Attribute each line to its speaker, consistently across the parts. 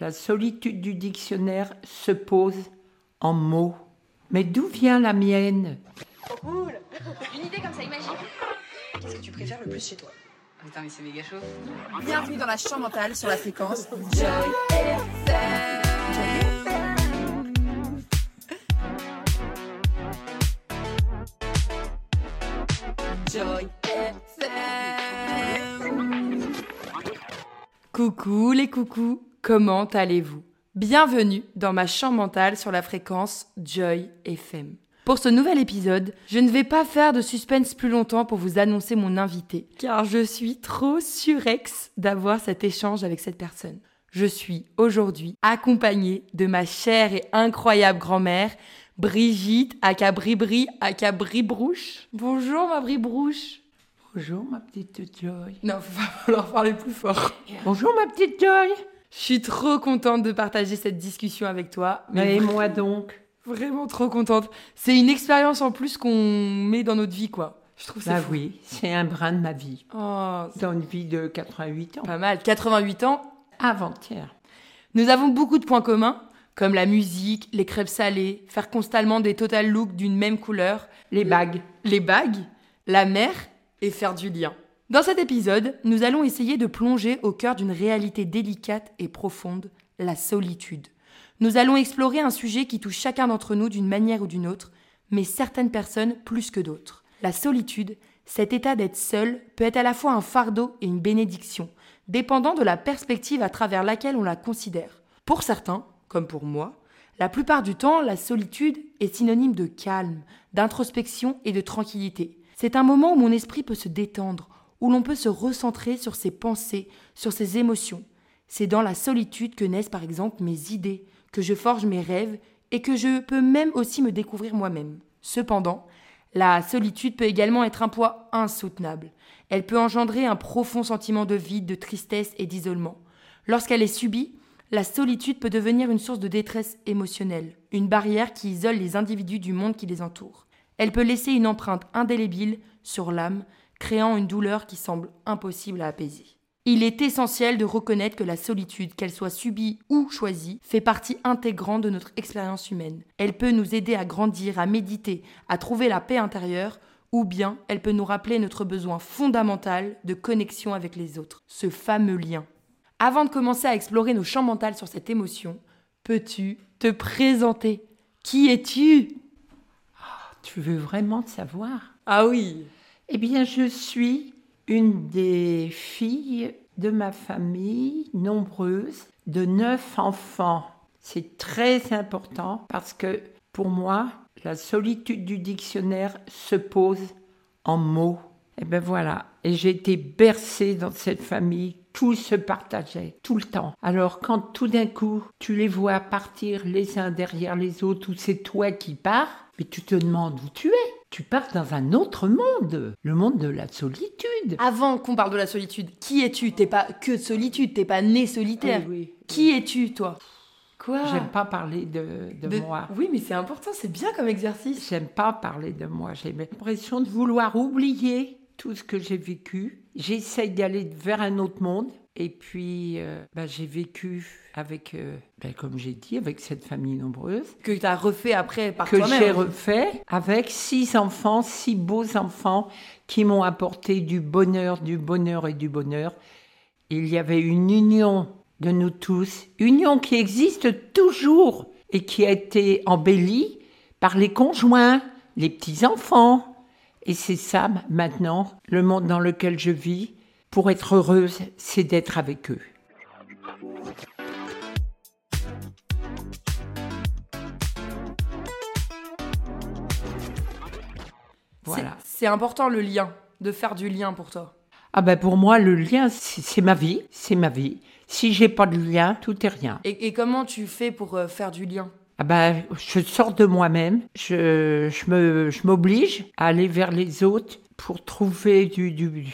Speaker 1: La solitude du dictionnaire se pose en mots. Mais d'où vient la mienne
Speaker 2: Trop cool Une idée comme ça, imagine
Speaker 3: Qu'est-ce que tu préfères le plus chez toi
Speaker 4: Putain, mais c'est méga chaud.
Speaker 5: Bienvenue dans la chambre mentale sur la fréquence
Speaker 2: Joy FM.
Speaker 5: Joy FM.
Speaker 6: Coucou les coucous, comment allez-vous Bienvenue dans ma chambre mentale sur la fréquence Joy FM. Pour ce nouvel épisode, je ne vais pas faire de suspense plus longtemps pour vous annoncer mon invité, car je suis trop surex d'avoir cet échange avec cette personne. Je suis aujourd'hui accompagnée de ma chère et incroyable grand-mère, Brigitte Acabribri Acabribrouche. Bonjour ma Bribrouche.
Speaker 1: Bonjour ma petite Joy.
Speaker 6: Non, faut pas falloir parler plus fort.
Speaker 1: Bonjour ma petite Joy.
Speaker 6: Je suis trop contente de partager cette discussion avec toi.
Speaker 1: Mais et moi donc
Speaker 6: Vraiment trop contente. C'est une expérience en plus qu'on met dans notre vie, quoi. Je trouve ça
Speaker 1: Bah
Speaker 6: fou.
Speaker 1: oui, c'est un brin de ma vie.
Speaker 6: Oh, c'est
Speaker 1: Dans une vie de 88 ans.
Speaker 6: pas mal. 88 ans,
Speaker 1: Avant-hier.
Speaker 6: nous avons beaucoup de points communs, comme la musique, les crêpes salées, faire constamment des total looks d'une même couleur,
Speaker 1: Les bagues.
Speaker 6: les bagues, la mer et faire du lien. Dans cet épisode, nous allons essayer de plonger au cœur d'une réalité délicate et profonde, la solitude. Nous allons explorer un sujet qui touche chacun d'entre nous d'une manière ou d'une autre, mais certaines personnes plus que d'autres. La solitude, cet état d'être seul, peut être à la fois un fardeau et une bénédiction, dépendant de la perspective à travers laquelle on la considère. Pour certains, comme pour moi, la plupart du temps, la solitude est synonyme de calme, d'introspection et de tranquillité. C'est un moment où mon esprit peut se détendre, où l'on peut se recentrer sur ses pensées, sur ses émotions. C'est dans la solitude que naissent par exemple mes idées, que je forge mes rêves et que je peux même aussi me découvrir moi-même. Cependant, la solitude peut également être un poids insoutenable. Elle peut engendrer un profond sentiment de vide, de tristesse et d'isolement. Lorsqu'elle est subie, la solitude peut devenir une source de détresse émotionnelle, une barrière qui isole les individus du monde qui les entoure. Elle peut laisser une empreinte indélébile sur l'âme, créant une douleur qui semble impossible à apaiser. Il est essentiel de reconnaître que la solitude, qu'elle soit subie ou choisie, fait partie intégrante de notre expérience humaine. Elle peut nous aider à grandir, à méditer, à trouver la paix intérieure, ou bien elle peut nous rappeler notre besoin fondamental de connexion avec les autres, ce fameux lien. Avant de commencer à explorer nos champs mentaux sur cette émotion, peux-tu te présenter Qui es-tu
Speaker 1: Tu veux vraiment savoir
Speaker 6: Ah oui
Speaker 1: Eh bien, je suis une des filles de ma famille, nombreuse, de neuf enfants. C'est très important parce que pour moi, la solitude du dictionnaire se pose en mots. Et ben voilà, et j'ai été bercée dans cette famille, tout se partageait, tout le temps. Alors quand tout d'un coup, tu les vois partir les uns derrière les autres, ou c'est toi qui pars, mais tu te demandes où tu es. Tu pars dans un autre monde, le monde de la solitude.
Speaker 6: Avant qu'on parle de la solitude, qui es-tu T'es pas que solitude, t'es pas né solitaire.
Speaker 1: Eh Oui, oui.
Speaker 6: Qui es-tu, toi Quoi
Speaker 1: J'aime pas parler de, de,
Speaker 6: Ah. De-
Speaker 1: moi.
Speaker 6: Oui, mais c'est important, c'est bien comme exercice.
Speaker 1: J'aime pas parler de moi. J'ai l'impression de vouloir oublier tout ce que j'ai vécu. J'essaye d'aller vers un autre monde. Et puis, euh, bah, j'ai vécu avec, euh, bah, comme j'ai dit, avec cette famille nombreuse.
Speaker 6: Que t'as refait après par
Speaker 1: que
Speaker 6: toi-même.
Speaker 1: j'ai refait avec six enfants, six beaux enfants qui m'ont apporté du bonheur, du bonheur et du bonheur. Il y avait une union de nous tous, union qui existe toujours et qui a été embellie par les conjoints, les petits-enfants. Et c'est ça maintenant, le monde dans lequel je vis. Pour être heureuse, c'est d'être avec eux.
Speaker 6: C'est-
Speaker 1: Voilà.
Speaker 6: C'est important le lien, de faire du lien pour toi.
Speaker 1: Ah ben pour moi, le lien, c'est c'est ma vie, c'est ma vie. Si j'ai pas de lien, tout est rien.
Speaker 6: Et, et comment tu fais pour euh, faire du lien
Speaker 1: Ah ben, je sors de moi-même, je, je me- je m'oblige à aller vers les autres pour trouver du, du,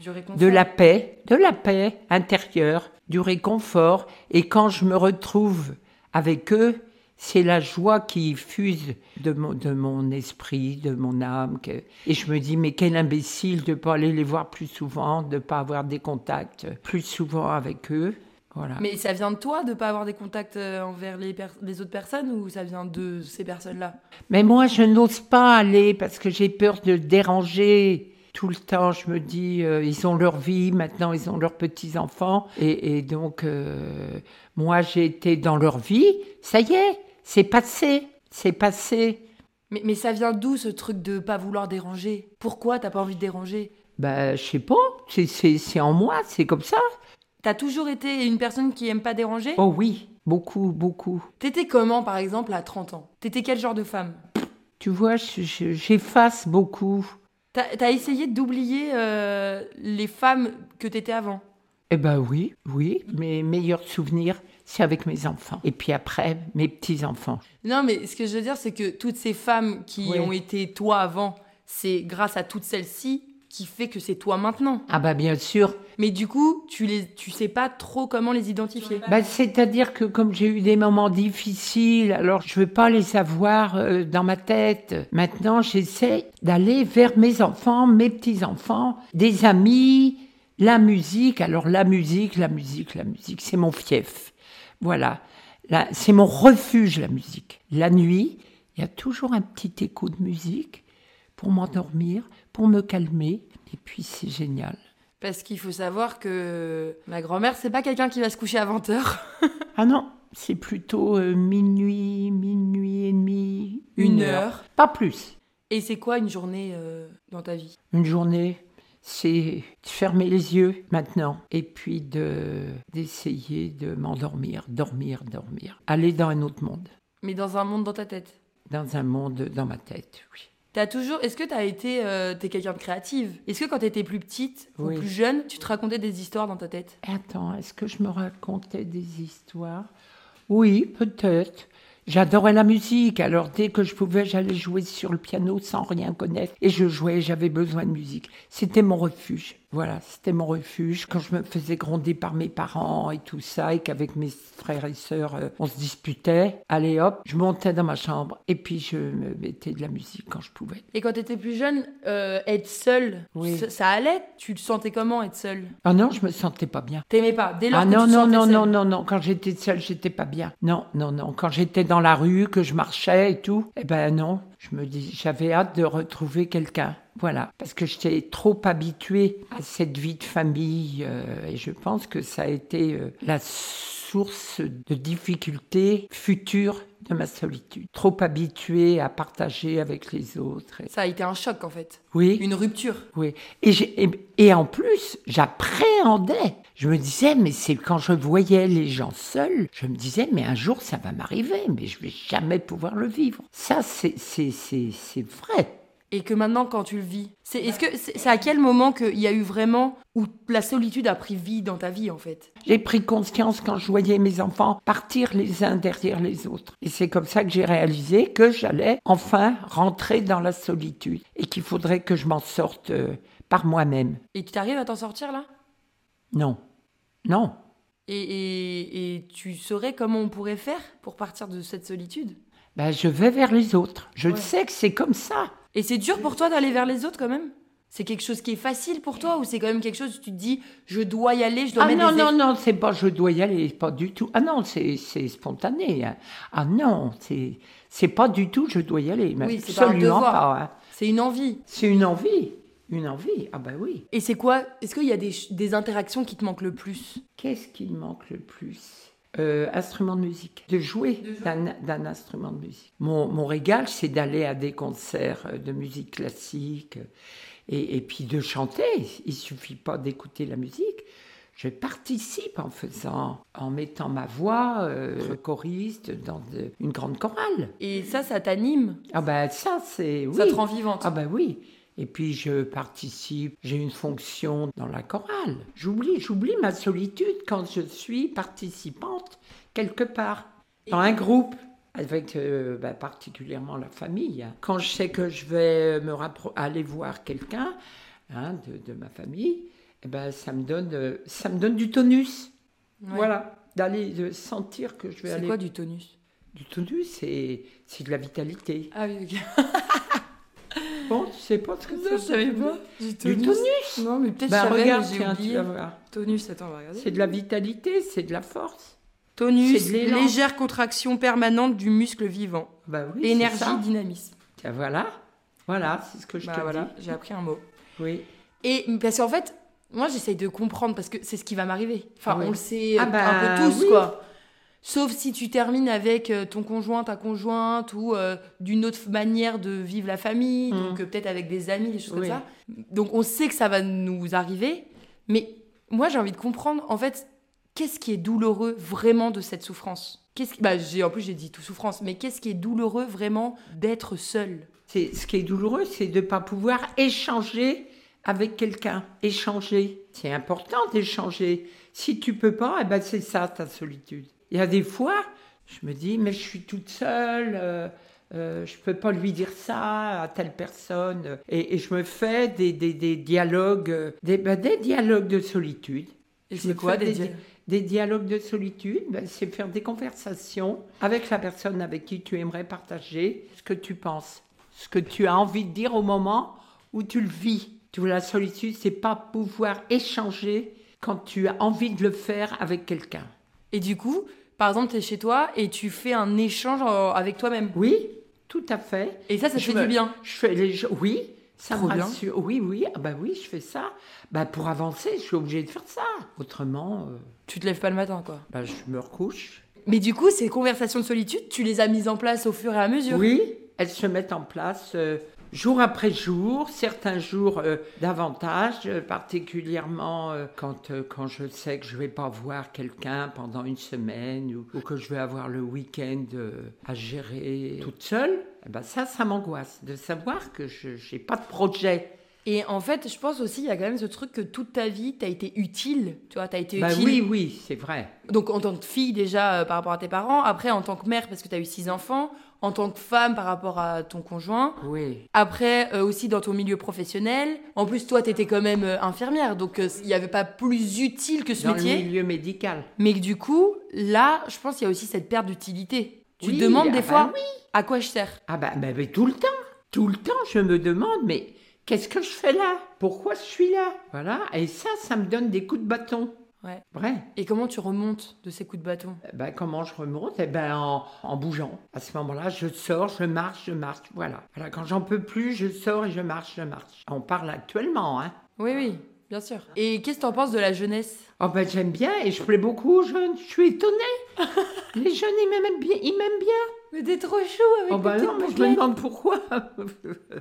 Speaker 6: Du réconfort
Speaker 1: de la paix, de la paix intérieure, du réconfort. Et quand je me retrouve avec eux, c'est la joie qui fuse de mon, de mon esprit, de mon âme. que- Et je me dis, mais quel imbécile de ne pas aller les voir plus souvent, de ne pas avoir des contacts plus souvent avec eux. Voilà.
Speaker 6: Mais ça vient de toi de pas avoir des contacts euh, envers les, pers- les autres personnes ou ça vient de ces personnes-là
Speaker 1: Mais moi, je n'ose pas aller parce que j'ai peur de le déranger. Tout le temps, je me dis, euh, ils ont leur vie, maintenant ils ont leurs petits-enfants. Et, et donc, euh, moi, j'ai été dans leur vie. Ça y est, c'est passé. C'est passé.
Speaker 6: mais, mais ça vient d'où ce truc de pas vouloir déranger Pourquoi t'as pas envie de déranger
Speaker 1: Ben, je sais pas. C'est- C'est c'est en moi, c'est comme ça.
Speaker 6: T'as toujours été une personne qui aime pas déranger
Speaker 1: Oh oui, beaucoup, beaucoup.
Speaker 6: T'étais comment par exemple à 30 ans T'étais quel genre de femme
Speaker 1: Tu vois, je- je- j'efface beaucoup.
Speaker 6: T'as t'as essayé d'oublier euh, les femmes que t'étais avant
Speaker 1: Eh ben oui, oui. Mes meilleurs souvenirs, c'est avec mes enfants. Et puis après, mes petits-enfants.
Speaker 6: Non, mais ce que je veux dire, c'est que toutes ces femmes qui
Speaker 1: Ouais.
Speaker 6: ont été toi avant, c'est grâce à toutes celles-ci qui fait que c'est toi maintenant.
Speaker 1: Ah ben bien sûr,
Speaker 6: Mais du coup, tu les, tu sais pas trop comment les identifier.
Speaker 1: Bah, C'est-à-dire que comme j'ai eu des moments difficiles, alors je ne veux pas les avoir euh, dans ma tête. Maintenant, j'essaie d'aller vers mes enfants, mes petits-enfants, des amis, la musique. Alors la musique, la musique, la musique, c'est mon fief. Voilà. Là, C'est mon refuge, la musique. La nuit, il y a toujours un petit écho de musique pour m'endormir, pour me calmer. Et puis, c'est génial.
Speaker 6: Parce qu'il faut savoir que ma grand-mère, c'est pas quelqu'un qui va se coucher à 20h.
Speaker 1: Ah non, c'est plutôt euh, minuit, minuit et demi, Pas plus.
Speaker 6: Et c'est quoi une journée euh, dans ta vie
Speaker 1: Une journée, c'est de fermer les yeux maintenant et puis de d'essayer de m'endormir, dormir, dormir. Aller dans un autre monde,
Speaker 6: Mais dans un monde dans ta tête.
Speaker 1: dans un monde dans ma tête, oui.
Speaker 6: T'as toujours. Est-ce que t'as été. euh, T'es quelqu'un de créative Est-ce que quand t'étais plus petite
Speaker 1: Oui.
Speaker 6: ou plus jeune, tu te racontais des histoires dans ta tête
Speaker 1: Attends, est-ce que je me racontais des histoires Oui, peut-être. J'adorais la musique, alors dès que je pouvais, j'allais jouer sur le piano sans rien connaître. Et je jouais, j'avais besoin de musique. C'était mon refuge. Voilà, c'était mon refuge. Quand je me faisais gronder par mes parents et tout ça, et qu'avec mes frères et sœurs, euh, on se disputait, allez hop, je montais dans ma chambre. Et puis je me mettais de la musique quand je pouvais.
Speaker 6: Et quand t'étais plus jeune, euh, être seule,
Speaker 1: Oui.
Speaker 6: ça, ça allait Tu le sentais comment être seule
Speaker 1: Ah non, je me sentais pas bien.
Speaker 6: T'aimais pas Dès lors
Speaker 1: Ah
Speaker 6: que
Speaker 1: non,
Speaker 6: tu te
Speaker 1: non,
Speaker 6: sentais
Speaker 1: non,
Speaker 6: seule.
Speaker 1: non, non, non. Quand j'étais seule, j'étais pas bien. Non, non, non. Quand j'étais dans la rue, que je marchais et tout, eh ben non. Je me dis, j'avais hâte de retrouver quelqu'un. Voilà. Parce que j'étais trop habituée à cette vie de famille. euh, et je pense que ça a été euh, la source de difficultés futures de ma solitude. Trop habituée à partager avec les autres. Et-
Speaker 6: Ça a été un choc en fait.
Speaker 1: Oui.
Speaker 6: Une rupture.
Speaker 1: Oui. Et, j'ai- et, et en plus, j'appréhendais. Je me disais, mais c'est quand je voyais les gens seuls, je me disais, mais un jour ça va m'arriver, mais je vais jamais pouvoir le vivre. Ça, c'est c'est- c'est- c'est vrai.
Speaker 6: Et que maintenant, quand tu le vis, c'est est-ce que c'est c'est à quel moment qu'il y a eu vraiment où la solitude a pris vie dans ta vie en fait
Speaker 1: J'ai pris conscience quand je voyais mes enfants partir les uns derrière les autres. Et c'est comme ça que j'ai réalisé que j'allais enfin rentrer dans la solitude et qu'il faudrait que je m'en sorte euh, par moi-même.
Speaker 6: Et tu t'arrives à t'en sortir là
Speaker 1: Non. Non.
Speaker 6: et, et- et tu saurais comment on pourrait faire pour partir de cette solitude
Speaker 1: Ben, je vais vers les autres. Je le sais que c'est comme ça.
Speaker 6: Et c'est dur pour toi d'aller vers les autres quand même C'est quelque chose qui est facile pour toi ou c'est quand même quelque chose où tu te dis je dois y aller, je dois
Speaker 1: Ah
Speaker 6: mettre
Speaker 1: non,
Speaker 6: des
Speaker 1: non, non, c'est pas je dois y aller, pas du tout. Ah non, c'est c'est spontané. hein. Ah non, c'est c'est pas du tout je dois y aller. mais
Speaker 6: Oui, c'est pas un
Speaker 1: absolument
Speaker 6: devoir.
Speaker 1: pas. hein.
Speaker 6: C'est une envie.
Speaker 1: C'est une envie, une envie. Ah ben oui.
Speaker 6: Et c'est quoi Est-ce qu'il y a des, ch- des interactions qui te manquent le plus
Speaker 1: Qu'est-ce qui me manque le plus Euh, instrument de musique, de jouer d'un d'un instrument de musique. Mon, mon régal, c'est d'aller à des concerts euh, de musique classique euh, et, et puis de chanter. Il suffit pas d'écouter la musique. Je participe en faisant, en mettant ma voix euh, choriste dans de- une grande chorale.
Speaker 6: Et ça, ça t'anime
Speaker 1: Ah ben ça, c'est oui.
Speaker 6: Ça te rend vivante
Speaker 1: Ah ben oui. Et puis je participe, j'ai une fonction dans la chorale. J'oublie, j'oublie ma solitude quand je suis participante quelque part, dans un groupe, avec euh, ben, particulièrement la famille. hein. Quand je sais que je vais me rappro- aller voir quelqu'un hein, de, de ma famille, eh ben, ça, me donne, euh, ça me donne du tonus.
Speaker 6: Ouais.
Speaker 1: Voilà, d'aller de sentir que je vais
Speaker 6: C'est
Speaker 1: aller.
Speaker 6: quoi du tonus
Speaker 1: du tonus, c'est c'est de la vitalité.
Speaker 6: Ah oui, ok.
Speaker 1: Bon, tu sais pas ce que c'est
Speaker 6: Je savais pas.
Speaker 1: Du tonus
Speaker 6: Non, mais peut-être
Speaker 1: Ben,
Speaker 6: je savais,
Speaker 1: regarde,
Speaker 6: mais Bah, j'ai
Speaker 1: tiens, tu
Speaker 6: oublié.
Speaker 1: vas voir.
Speaker 6: Tonus, attends, on va regarder.
Speaker 1: Ah, bah C'est de la vitalité, c'est de la force.
Speaker 6: Tonus,
Speaker 1: c'est de l'élan.
Speaker 6: légère contraction permanente du muscle vivant.
Speaker 1: Bah oui, c'est
Speaker 6: Énergie,
Speaker 1: ça.
Speaker 6: dynamisme.
Speaker 1: Tiens, voilà, voilà, c'est ce que je
Speaker 6: Bah
Speaker 1: te
Speaker 6: voilà,
Speaker 1: dis.
Speaker 6: j'ai appris un mot.
Speaker 1: Oui.
Speaker 6: Et parce qu'en fait, moi j'essaye de comprendre parce que c'est ce qui va m'arriver. Enfin,
Speaker 1: Oui.
Speaker 6: on le sait
Speaker 1: Ah
Speaker 6: euh,
Speaker 1: bah,
Speaker 6: un peu tous
Speaker 1: oui.
Speaker 6: quoi. Sauf si tu termines avec euh, ton conjoint, ta conjointe ou euh, d'une autre manière de vivre la famille,
Speaker 1: Mm.
Speaker 6: donc euh, peut-être avec des amis, des choses comme
Speaker 1: Oui.
Speaker 6: ça. Donc on sait que ça va nous arriver, mais moi j'ai envie de comprendre en fait qu'est-ce qui est douloureux vraiment de cette souffrance. Qu'est-ce qui... bah, j'ai en plus j'ai dit tout souffrance, mais qu'est-ce qui est douloureux vraiment d'être seul
Speaker 1: C'est ce qui est douloureux, c'est de ne pas pouvoir échanger avec quelqu'un. Échanger, c'est important d'échanger. Si tu peux pas, eh ben c'est ça ta solitude. Il y a des fois, je me dis mais je suis toute seule, euh, euh, je peux pas lui dire ça à telle personne, et, et je me fais des, des- des dialogues, euh, des, ben, des dialogues de solitude.
Speaker 6: Et
Speaker 1: Je
Speaker 6: c'est
Speaker 1: me
Speaker 6: quoi
Speaker 1: fais
Speaker 6: des
Speaker 1: di-
Speaker 6: di-
Speaker 1: des dialogues de solitude ben, C'est faire des conversations avec la personne avec qui tu aimerais partager ce que tu penses, ce que tu as envie de dire au moment où tu le vis. Tu vois, la solitude, c'est pas pouvoir échanger quand tu as envie de le faire avec quelqu'un.
Speaker 6: Et du coup, par exemple, tu es chez toi et tu fais un échange euh, avec toi-même.
Speaker 1: Oui, tout à fait.
Speaker 6: Et ça, ça te
Speaker 1: Je
Speaker 6: fait
Speaker 1: me-
Speaker 6: du bien.
Speaker 1: Je fais les jo- oui, ça
Speaker 6: Trop
Speaker 1: me
Speaker 6: bien.
Speaker 1: rassure. Oui, oui, ah ben oui, je fais ça. Ben, pour avancer, je suis obligée de faire ça. Autrement, euh,
Speaker 6: Tu te lèves pas le matin, quoi.
Speaker 1: ben, je me recouche.
Speaker 6: Mais du coup, ces conversations de solitude, tu les as mises en place au fur et à mesure.
Speaker 1: Oui, elles se mettent en place euh, jour après jour, certains jours euh, davantage, euh, particulièrement euh, quand, euh, quand je sais que je vais pas voir quelqu'un pendant une semaine ou, ou que je vais avoir le week-end euh, à gérer toute seule. Eh ben ça, ça m'angoisse de savoir que je n'ai pas de projet.
Speaker 6: Et en fait, je pense aussi, il y a quand même ce truc que toute ta vie, t'as été utile. Tu vois, t'as été
Speaker 1: Bah
Speaker 6: utile.
Speaker 1: oui, oui, c'est vrai.
Speaker 6: Donc en tant que fille déjà euh, par rapport à tes parents, après en tant que mère parce que t'as eu six enfants, en tant que femme par rapport à ton conjoint,
Speaker 1: Oui.
Speaker 6: après euh, aussi dans ton milieu professionnel. En plus, toi, t'étais quand même euh, infirmière, donc euh, il n'y avait pas plus utile que ce
Speaker 1: Dans
Speaker 6: métier.
Speaker 1: le milieu médical.
Speaker 6: Mais que du coup, là, je pense qu'il y a aussi cette perte d'utilité. Tu
Speaker 1: Oui,
Speaker 6: te demandes
Speaker 1: ah
Speaker 6: des
Speaker 1: bah
Speaker 6: fois
Speaker 1: oui.
Speaker 6: à quoi je sers.
Speaker 1: Ah bah, bah, mais tout le temps, tout le temps, je me demande, mais qu'est-ce que je fais là Pourquoi je suis là Voilà, et ça, ça me donne des coups de bâton.
Speaker 6: Ouais.
Speaker 1: Vrai.
Speaker 6: Et comment tu remontes de ces coups de bâton
Speaker 1: Eh Ben, comment je remonte Eh ben, en, en bougeant. À ce moment-là, je sors, je marche, je marche, voilà. Voilà, quand j'en peux plus, je sors et je marche, je marche. On parle actuellement, hein
Speaker 6: Oui, oui, bien sûr. Et qu'est-ce que t'en penses de la jeunesse
Speaker 1: Oh ben, j'aime bien et je plais beaucoup aux jeunes. Je suis étonnée. Les jeunes, ils m'aiment bien. Ils m'aiment bien.
Speaker 6: Mais t'es trop chaud avec
Speaker 1: Oh ben non, mais je me demande pourquoi.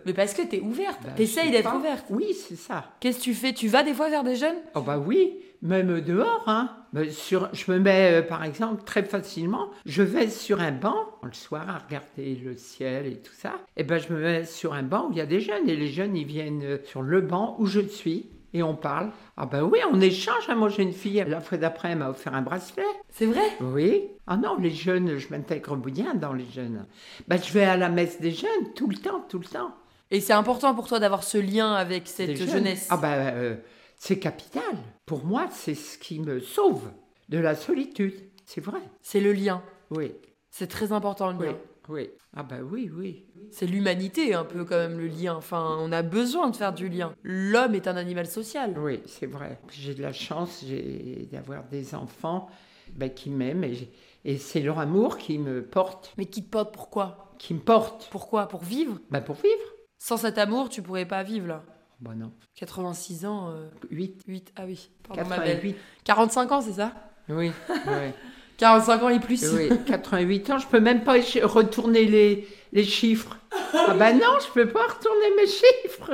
Speaker 6: Mais parce que t'es ouverte,
Speaker 1: Bah, je
Speaker 6: t'essayes
Speaker 1: sais
Speaker 6: d'être
Speaker 1: pas.
Speaker 6: ouverte.
Speaker 1: Oui, c'est ça.
Speaker 6: Qu'est-ce que tu fais Tu vas des fois vers des jeunes
Speaker 1: Oh bah oui, même dehors. Hein. Mais sur, je me mets, euh, par exemple, très facilement, je vais sur un banc, le soir, à regarder le ciel et tout ça. Et ben je me mets sur un banc où il y a des jeunes. Et les jeunes, ils viennent euh, sur le banc où je suis. Et on parle. Ah ben oui, on échange. hein. Moi, j'ai une fille, la fois d'après, elle m'a offert un bracelet.
Speaker 6: C'est vrai
Speaker 1: Oui. Ah non, les jeunes, je m'intègre bien dans les jeunes. Ben, je vais à la messe des jeunes, tout le temps, tout le temps.
Speaker 6: Et c'est important pour toi d'avoir ce lien avec
Speaker 1: des
Speaker 6: cette
Speaker 1: jeunes.
Speaker 6: jeunesse.
Speaker 1: Ah bah, euh, c'est capital. Pour moi, c'est ce qui me sauve de la solitude. C'est vrai.
Speaker 6: C'est le lien.
Speaker 1: Oui,
Speaker 6: C'est très important le
Speaker 1: oui,
Speaker 6: lien.
Speaker 1: oui. Ah bah oui, oui.
Speaker 6: C'est l'humanité un peu quand même le lien. Enfin, on a besoin de faire du lien. L'homme est un animal social.
Speaker 1: Oui, c'est vrai. J'ai de la chance j'ai d'avoir des enfants bah, qui m'aiment et, j'ai- et c'est leur amour qui me porte,
Speaker 6: Mais qui te porte pourquoi
Speaker 1: qui me porte
Speaker 6: Pourquoi Pour vivre
Speaker 1: bah, pour vivre.
Speaker 6: Sans cet amour, tu pourrais pas vivre là.
Speaker 1: Bon non,
Speaker 6: 86 ans, euh,
Speaker 1: 8,
Speaker 6: 8, ah oui, pardon ma belle.
Speaker 1: 88.
Speaker 6: 45 ans, c'est ça
Speaker 1: Oui, oui.
Speaker 6: 45 ans et plus.
Speaker 1: Oui, 88 ans, je peux même pas éche- retourner les, les chiffres. Ah bah non, je peux pas retourner mes chiffres.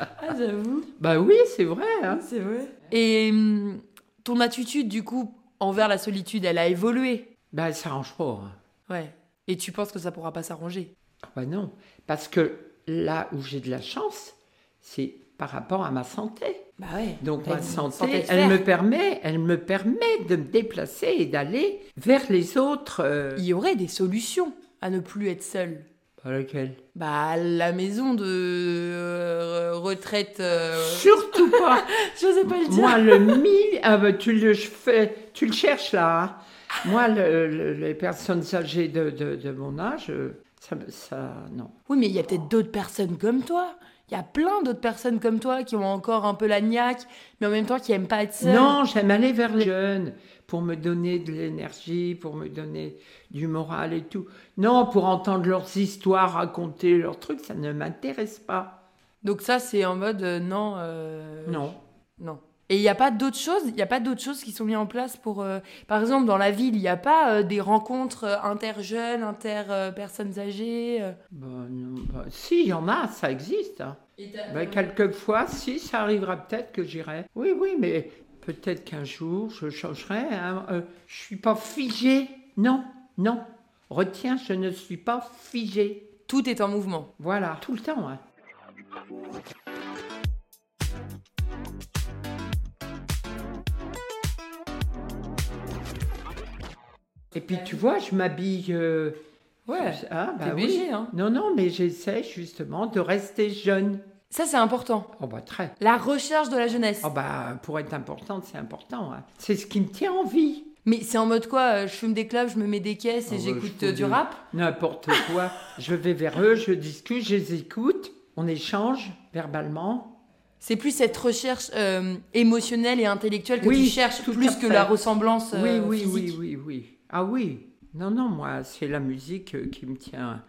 Speaker 6: Ah, j'avoue,
Speaker 1: Bah oui, c'est vrai. hein.
Speaker 6: c'est vrai. Et hum, ton attitude, du coup, envers la solitude, elle a évolué.
Speaker 1: Bah ça arrange pas. hein.
Speaker 6: Ouais. Et tu penses que ça pourra pas s'arranger
Speaker 1: Ah bah non, parce que là où j'ai de la chance, c'est par rapport à ma santé.
Speaker 6: Bah ouais.
Speaker 1: Donc
Speaker 6: T'as
Speaker 1: ma
Speaker 6: une
Speaker 1: santé,
Speaker 6: de
Speaker 1: elle me
Speaker 6: fer.
Speaker 1: permet, elle me permet de me déplacer et d'aller vers les autres. euh, Oh,
Speaker 6: Il y aurait des solutions à ne plus être seul.
Speaker 1: par lesquels
Speaker 6: Bah, la maison de euh, retraite. euh,
Speaker 1: Surtout pas.
Speaker 6: Je sais pas le dire.
Speaker 1: Moi le mille, ah bah, tu le je fais, tu le cherches là. hein. Moi le- le- les personnes âgées de, de- de mon âge, euh, ça, me- ça non.
Speaker 6: Oui, mais il y a peut-être d'autres personnes comme toi. Il y a plein d'autres personnes comme toi qui ont encore un peu la niaque, mais en même temps qui aiment pas être seules.
Speaker 1: Non, j'aime aller vers les jeunes pour me donner de l'énergie, pour me donner du moral et tout. Non, pour entendre leurs histoires, raconter leurs trucs, ça ne m'intéresse pas.
Speaker 6: Donc ça, c'est en mode euh, non. euh,
Speaker 1: Non.
Speaker 6: Non. Et il n'y a pas d'autres choses, il y a pas d'autres choses qui sont mises en place pour, euh, par exemple, dans la ville, il n'y a pas euh, des rencontres euh, inter-jeunes, inter-personnes âgées. euh.
Speaker 1: Bon, non, bah, si, il y en a, ça existe. hein.
Speaker 6: Et t'as- euh,
Speaker 1: Ben, quelquefois, si, ça arrivera peut-être que j'irai. Oui, oui, mais peut-être qu'un jour, je changerai. hein. Euh, je suis pas figée. Non, non. Retiens, je ne suis pas figée.
Speaker 6: Tout est en mouvement.
Speaker 1: Voilà, tout le temps. hein. Et puis tu vois, je m'habille. euh,
Speaker 6: Ouais.
Speaker 1: ah, bah
Speaker 6: T'es
Speaker 1: oui.
Speaker 6: BG, hein.
Speaker 1: Non, non, mais j'essaie justement de rester jeune.
Speaker 6: Ça, c'est important.
Speaker 1: Oh bah très.
Speaker 6: La recherche de la jeunesse.
Speaker 1: Ah bah, pour être importante, c'est important. hein. C'est ce qui me tient en vie.
Speaker 6: Mais c'est en mode quoi euh, Je fume des clopes, je me mets des caisses
Speaker 1: Ah
Speaker 6: et
Speaker 1: ouais,
Speaker 6: j'écoute
Speaker 1: je
Speaker 6: euh,
Speaker 1: fume
Speaker 6: du
Speaker 1: des-
Speaker 6: rap
Speaker 1: N'importe quoi. Je vais vers eux, je discute, je les écoute. On échange verbalement.
Speaker 6: C'est plus cette recherche euh, émotionnelle et intellectuelle que
Speaker 1: Oui,
Speaker 6: tu cherches,
Speaker 1: tout à
Speaker 6: plus que
Speaker 1: fait.
Speaker 6: la ressemblance euh,
Speaker 1: oui, oui,
Speaker 6: physique.
Speaker 1: oui, oui, oui. Ah oui. Non, non, moi, c'est la musique euh, qui me tient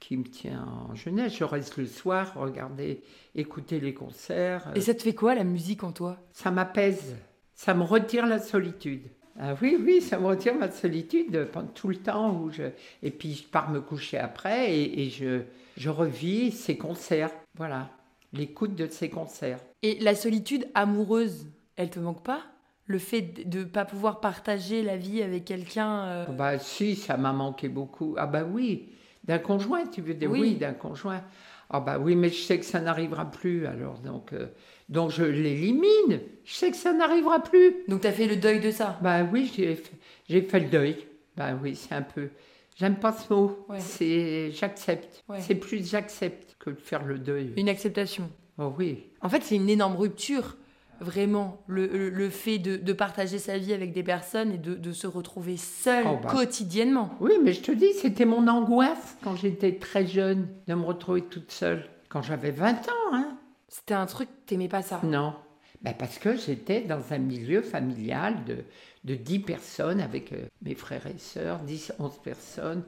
Speaker 1: qui me tient en jeunesse. Je reste le soir, regarder, écouter les concerts. euh,
Speaker 6: Et ça te fait quoi la musique en toi
Speaker 1: ça m'apaise. Ça me retire la solitude. Ah oui, oui, ça me retire ma solitude euh, pendant tout le temps où je. Et puis je pars me coucher après et, et je, je revis ces concerts. Voilà, l'écoute de ces concerts.
Speaker 6: Et la solitude amoureuse, elle te manque pas Le fait de ne pas pouvoir partager la vie avec quelqu'un. euh,
Speaker 1: Ah Bah si, ça m'a manqué beaucoup. Ah bah oui, d'un conjoint, tu veux dire
Speaker 6: Oui.
Speaker 1: oui, d'un conjoint. Ah bah oui, mais je sais que ça n'arrivera plus alors donc euh, donc je l'élimine. Je sais que ça n'arrivera plus.
Speaker 6: Donc t'as fait le deuil de ça.
Speaker 1: Ben oui, j'ai fait, j'ai fait le deuil. Ben oui, c'est un peu. J'aime pas ce mot.
Speaker 6: Ouais.
Speaker 1: C'est j'accepte.
Speaker 6: Ouais.
Speaker 1: C'est plus j'accepte que de faire le deuil.
Speaker 6: Une acceptation.
Speaker 1: Oh oui.
Speaker 6: En fait, c'est une énorme rupture, vraiment, le, le- le fait de, de partager sa vie avec des personnes et de, de se retrouver seul
Speaker 1: Oh bah.
Speaker 6: quotidiennement.
Speaker 1: Oui, mais je te dis, c'était mon angoisse quand j'étais très jeune de me retrouver toute seule. Quand j'avais 20 ans, hein.
Speaker 6: C'était un truc, t'aimais pas ça.
Speaker 1: Non. Ben parce que j'étais dans un milieu familial de, de 10 personnes avec euh, mes frères et sœurs, 10, 11 personnes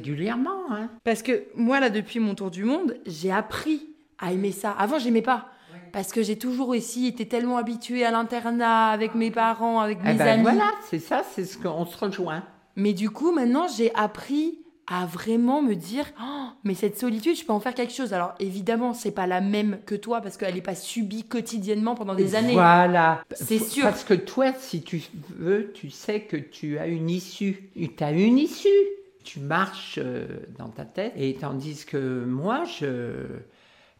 Speaker 1: régulièrement. Hein.
Speaker 6: Parce que moi, là, depuis mon tour du monde, j'ai appris à aimer ça. Avant, j'aimais pas. Parce que j'ai toujours aussi été tellement habituée à l'internat, avec mes parents, avec mes
Speaker 1: Eh ben
Speaker 6: amis.
Speaker 1: voilà, c'est ça, c'est ce qu'on se rejoint.
Speaker 6: Mais du coup, maintenant, j'ai appris à vraiment me dire Oh, mais cette solitude, je peux en faire quelque chose. Alors évidemment, c'est pas la même que toi parce qu'elle n'est pas subie quotidiennement pendant des années.
Speaker 1: Voilà.
Speaker 6: C'est
Speaker 1: Faut-
Speaker 6: sûr.
Speaker 1: Parce que toi, si tu veux, tu sais que tu as une issue. Tu as une issue. Tu marches euh, dans ta tête. Et tandis que moi, je.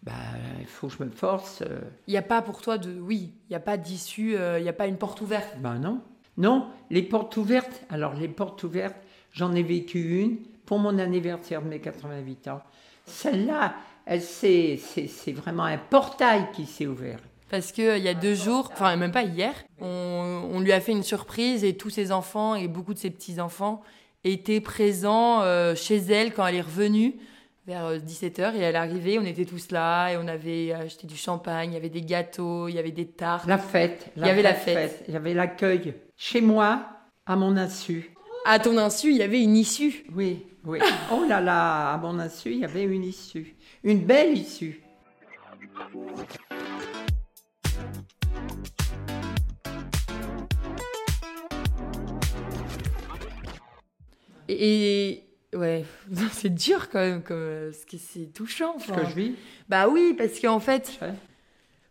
Speaker 1: Bah, il faut que je me force. euh,
Speaker 6: Il n'y a pas pour toi de oui, il n'y a pas d'issue, euh, il n'y a pas une porte ouverte.
Speaker 1: ben non. Non, les portes ouvertes. Alors, les portes ouvertes, j'en ai vécu une pour mon anniversaire de mes 88 ans. Celle-là, elle, c'est, c'est, c'est vraiment un portail qui s'est ouvert.
Speaker 6: Parce que euh, il y a deux jours, enfin même pas hier, on, on lui a fait une surprise et tous ses enfants et beaucoup de ses petits-enfants étaient présents euh, chez elle quand elle est revenue vers 17h et elle est arrivée, on était tous là et on avait acheté du champagne, il y avait des gâteaux, il y avait des tartes.
Speaker 1: La fête.
Speaker 6: Il y avait la
Speaker 1: Il y avait l'accueil. Chez moi, à mon insu.
Speaker 6: À ton insu, il y avait une issue.
Speaker 1: Oui, oui. Oh là là, à mon insu, il y avait une issue. Une belle issue.
Speaker 6: Et, et- ouais, c'est dur quand même, comme, euh, parce que c'est touchant.
Speaker 1: Ce
Speaker 6: enfin.
Speaker 1: que je vis,
Speaker 6: Bah oui, parce qu'en fait,
Speaker 1: Ouais.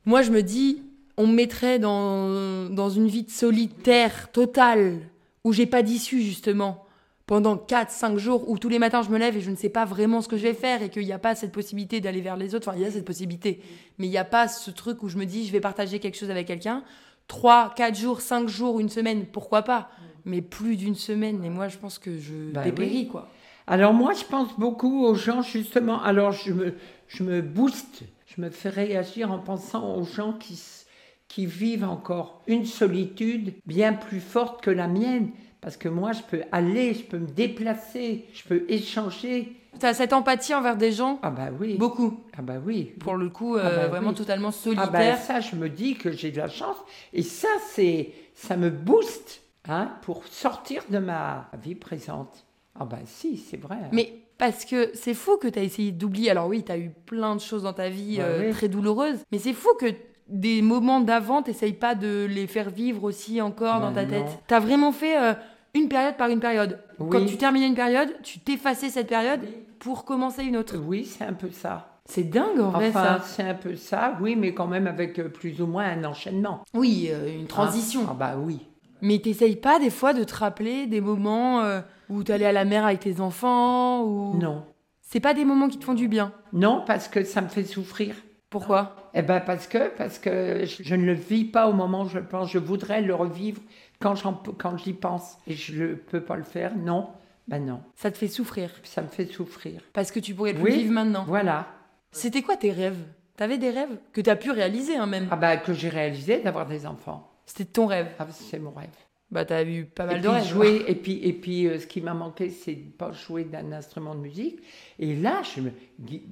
Speaker 6: moi je me dis, on me mettrait dans, dans une vie de solitaire totale, où j'ai pas d'issue justement, pendant 4-5 jours, où tous les matins je me lève et je ne sais pas vraiment ce que je vais faire, et qu'il n'y a pas cette possibilité d'aller vers les autres, enfin il y a cette possibilité, mais il n'y a pas ce truc où je me dis, je vais partager quelque chose avec quelqu'un, 3, 4 jours, 5 jours, une semaine, pourquoi pas mais plus d'une semaine, et moi je pense que je
Speaker 1: Bah oui.
Speaker 6: dépéris quoi.
Speaker 1: Alors moi, je pense beaucoup aux gens, justement. Alors je me, je me booste, je me fais réagir en pensant aux gens qui, s- qui vivent encore une solitude bien plus forte que la mienne. Parce que moi, je peux aller, je peux me déplacer, je peux échanger.
Speaker 6: T'as cette empathie envers des gens
Speaker 1: Ah bah oui.
Speaker 6: Beaucoup.
Speaker 1: Ah bah oui.
Speaker 6: Pour le coup,
Speaker 1: Ah bah
Speaker 6: euh, vraiment
Speaker 1: oui.
Speaker 6: totalement
Speaker 1: Ah
Speaker 6: solitaire.
Speaker 1: bah ça, je me dis que j'ai de la chance. Et ça, c'est, ça me booste hein, pour sortir de ma vie présente. Ah bah si, c'est vrai. hein.
Speaker 6: Mais parce que c'est fou que tu as essayé d'oublier. Alors oui, tu as eu plein de choses dans ta vie
Speaker 1: Bah
Speaker 6: euh,
Speaker 1: oui.
Speaker 6: très douloureuses, mais c'est fou que des moments d'avant, t'essayes pas de les faire vivre aussi encore
Speaker 1: Bah
Speaker 6: dans ta
Speaker 1: non.
Speaker 6: tête. T'as vraiment fait euh, une période par une période.
Speaker 1: Oui.
Speaker 6: Quand tu terminais une période, tu t'effaçais cette période pour commencer une autre.
Speaker 1: Oui, c'est un peu ça.
Speaker 6: C'est dingue en vrai
Speaker 1: Enfin,
Speaker 6: ça.
Speaker 1: c'est un peu ça, oui, mais quand même avec euh, plus ou moins un enchaînement.
Speaker 6: Oui, euh, une transition.
Speaker 1: Ah, ah bah oui.
Speaker 6: Mais t'essayes pas des fois de te rappeler des moments euh, où t'allais à la mer avec tes enfants ou.
Speaker 1: Non.
Speaker 6: C'est pas des moments qui te font du bien.
Speaker 1: Non, parce que ça me fait souffrir.
Speaker 6: Pourquoi
Speaker 1: Eh ben parce que parce que je je ne le vis pas au moment où je le pense. Je voudrais le revivre quand j'en quand j'y pense et je ne peux pas le faire. Non, ben non,
Speaker 6: Ça te fait souffrir.
Speaker 1: ça me fait souffrir.
Speaker 6: Parce que tu pourrais le
Speaker 1: Oui.
Speaker 6: vivre maintenant.
Speaker 1: Voilà.
Speaker 6: C'était quoi tes rêves T'avais des rêves que t'as pu réaliser hein, même.
Speaker 1: Ah ben que j'ai réalisé d'avoir des enfants.
Speaker 6: C'était ton rêve.
Speaker 1: Ah, c'est mon rêve.
Speaker 6: Bah t'as eu pas
Speaker 1: Et
Speaker 6: mal de
Speaker 1: puis
Speaker 6: rêves. hein.
Speaker 1: jouer et puis et puis euh, ce qui m'a manqué c'est de pas jouer d'un instrument de musique. Et là je me dis-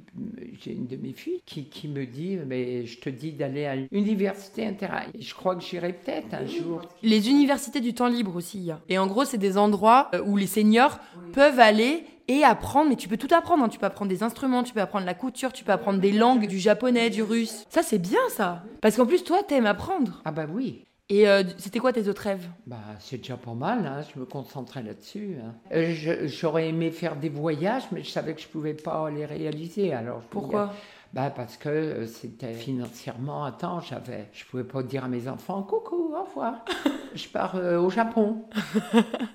Speaker 1: j'ai une de mes filles qui, qui me dit mais je te dis d'aller à l'université interrail. Je crois que j'irai peut-être un jour.
Speaker 6: Les universités du temps libre aussi, il y a. Et en gros, c'est des endroits euh, où les seniors peuvent aller et apprendre, mais tu peux tout apprendre. hein. Tu peux apprendre des instruments, tu peux apprendre la couture, tu peux apprendre des langues, du japonais, du russe. Ça, c'est bien ça. Parce qu'en plus, toi, t'aimes apprendre.
Speaker 1: Ah ben oui.
Speaker 6: Et euh, c'était quoi tes autres rêves
Speaker 1: Bah, c'est déjà pas mal, hein, je me concentrais là-dessus. hein. Euh, je- J'aurais aimé faire des voyages, mais je savais que je pouvais pas les réaliser. Alors je
Speaker 6: Pourquoi
Speaker 1: pouvais- bah, Parce que euh, c'était financièrement, attends, j'avais, je pouvais pas dire à mes enfants, coucou, au revoir, je pars euh, au Japon.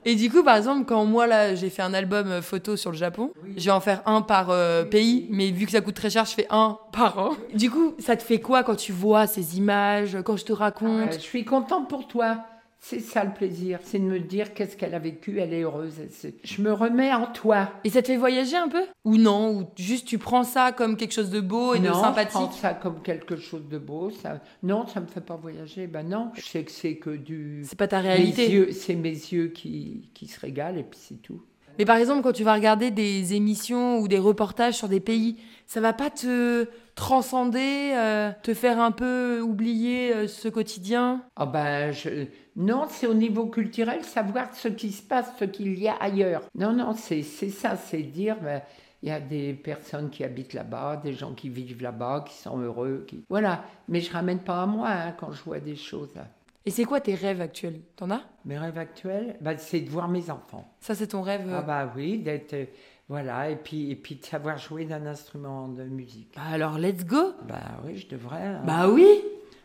Speaker 6: Et du coup, par exemple, quand moi, là, j'ai fait un album euh, photo sur le Japon, je vais en faire un par euh, pays, mais vu que ça coûte très cher, je fais un par an. Du coup, ça te fait quoi quand tu vois ces images, quand je te
Speaker 1: Euh,
Speaker 6: raconte
Speaker 1: je suis contente pour toi. C'est ça le plaisir, c'est de me dire qu'est-ce qu'elle a vécu, elle est heureuse. elle se- Je me remets en toi.
Speaker 6: Et ça te fait voyager un peu Ou non Ou juste tu prends ça comme quelque chose de beau et de
Speaker 1: non, Je prends
Speaker 6: Oh, sympathique
Speaker 1: ça comme quelque chose de beau. Ça... Non, ça me fait pas voyager. Ben non, je sais que c'est que du.
Speaker 6: C'est pas ta
Speaker 1: Mes
Speaker 6: réalité.
Speaker 1: yeux- C'est mes yeux qui, qui se régalent et puis c'est tout.
Speaker 6: Mais par exemple, quand tu vas regarder des émissions ou des reportages sur des pays, ça va pas te transcender, euh, te faire un peu oublier euh, ce quotidien
Speaker 1: Ah ben, je... Non, c'est au niveau culturel, savoir ce qui se passe, ce qu'il y a ailleurs. Non, non, c'est c'est ça, c'est dire, ben, il y a des personnes qui habitent là-bas, des gens qui vivent là-bas, qui sont heureux. Qui... Voilà, mais je ramène pas à moi hein, quand je vois des choses. là.
Speaker 6: Et c'est quoi tes rêves actuels T'en as
Speaker 1: Mes rêves actuels, ben, c'est de voir mes enfants.
Speaker 6: Ça, c'est ton rêve euh,
Speaker 1: Ah bah oui, d'être... euh, Voilà, et puis, et puis de savoir jouer d'un instrument de musique.
Speaker 6: Bah alors, let's go
Speaker 1: Bah oui, je devrais. hein.
Speaker 6: Bah oui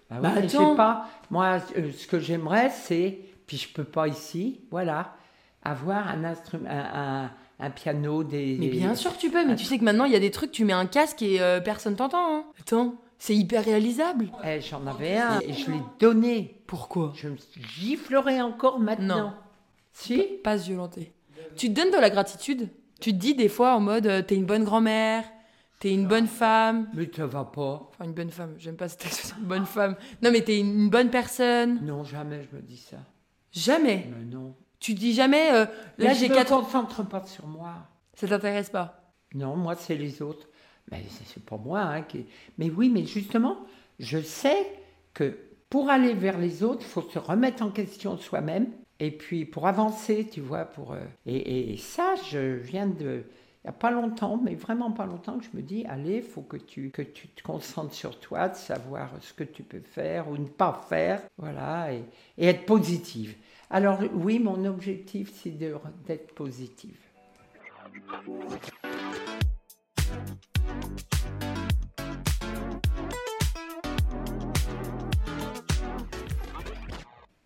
Speaker 1: Bah oui,
Speaker 6: Bah
Speaker 1: mais j'ai
Speaker 6: attends.
Speaker 1: pas. Moi, euh, ce que j'aimerais, c'est, puis je peux pas ici, voilà, avoir un instrument, un, un- un piano, des.
Speaker 6: Mais
Speaker 1: des-
Speaker 6: bien sûr que tu peux, mais tu sais que maintenant, il y a des trucs, tu mets un casque et euh, personne t'entend. hein. Attends, c'est hyper réalisable.
Speaker 1: Eh, J'en
Speaker 6: Oh,
Speaker 1: avais un et je l'ai donné.
Speaker 6: Pourquoi
Speaker 1: Je me giflerai encore maintenant.
Speaker 6: Non.
Speaker 1: Si.
Speaker 6: Pas se violenter. Tu te donnes de la gratitude. Tu te dis des fois en mode, euh, t'es une bonne grand-mère, t'es une bonne femme.
Speaker 1: Mais ça va pas.
Speaker 6: Enfin, une bonne femme, j'aime pas cette expression, une bonne femme. Non, mais t'es une bonne personne.
Speaker 1: Non, jamais je me dis ça.
Speaker 6: Jamais.
Speaker 1: Mais non.
Speaker 6: Tu te dis jamais, euh, là
Speaker 1: Mais
Speaker 6: j'ai
Speaker 1: je me
Speaker 6: 4 ans.
Speaker 1: concentre pas sur moi.
Speaker 6: Ça t'intéresse pas.
Speaker 1: Non, moi, c'est les autres. Mais c'est c'est pas moi. hein, qui... Mais oui, mais justement, je sais que pour aller vers les autres, il faut se remettre en question soi-même. Et puis, pour avancer, tu vois, pour... euh, Et, et- et ça, je viens de... Il n'y a pas longtemps, mais vraiment pas longtemps, que je me dis, allez, il faut que tu, que tu te concentres sur toi, de savoir ce que tu peux faire ou ne pas faire, voilà, et, et être positive. Alors oui, mon objectif, c'est de- d'être positive.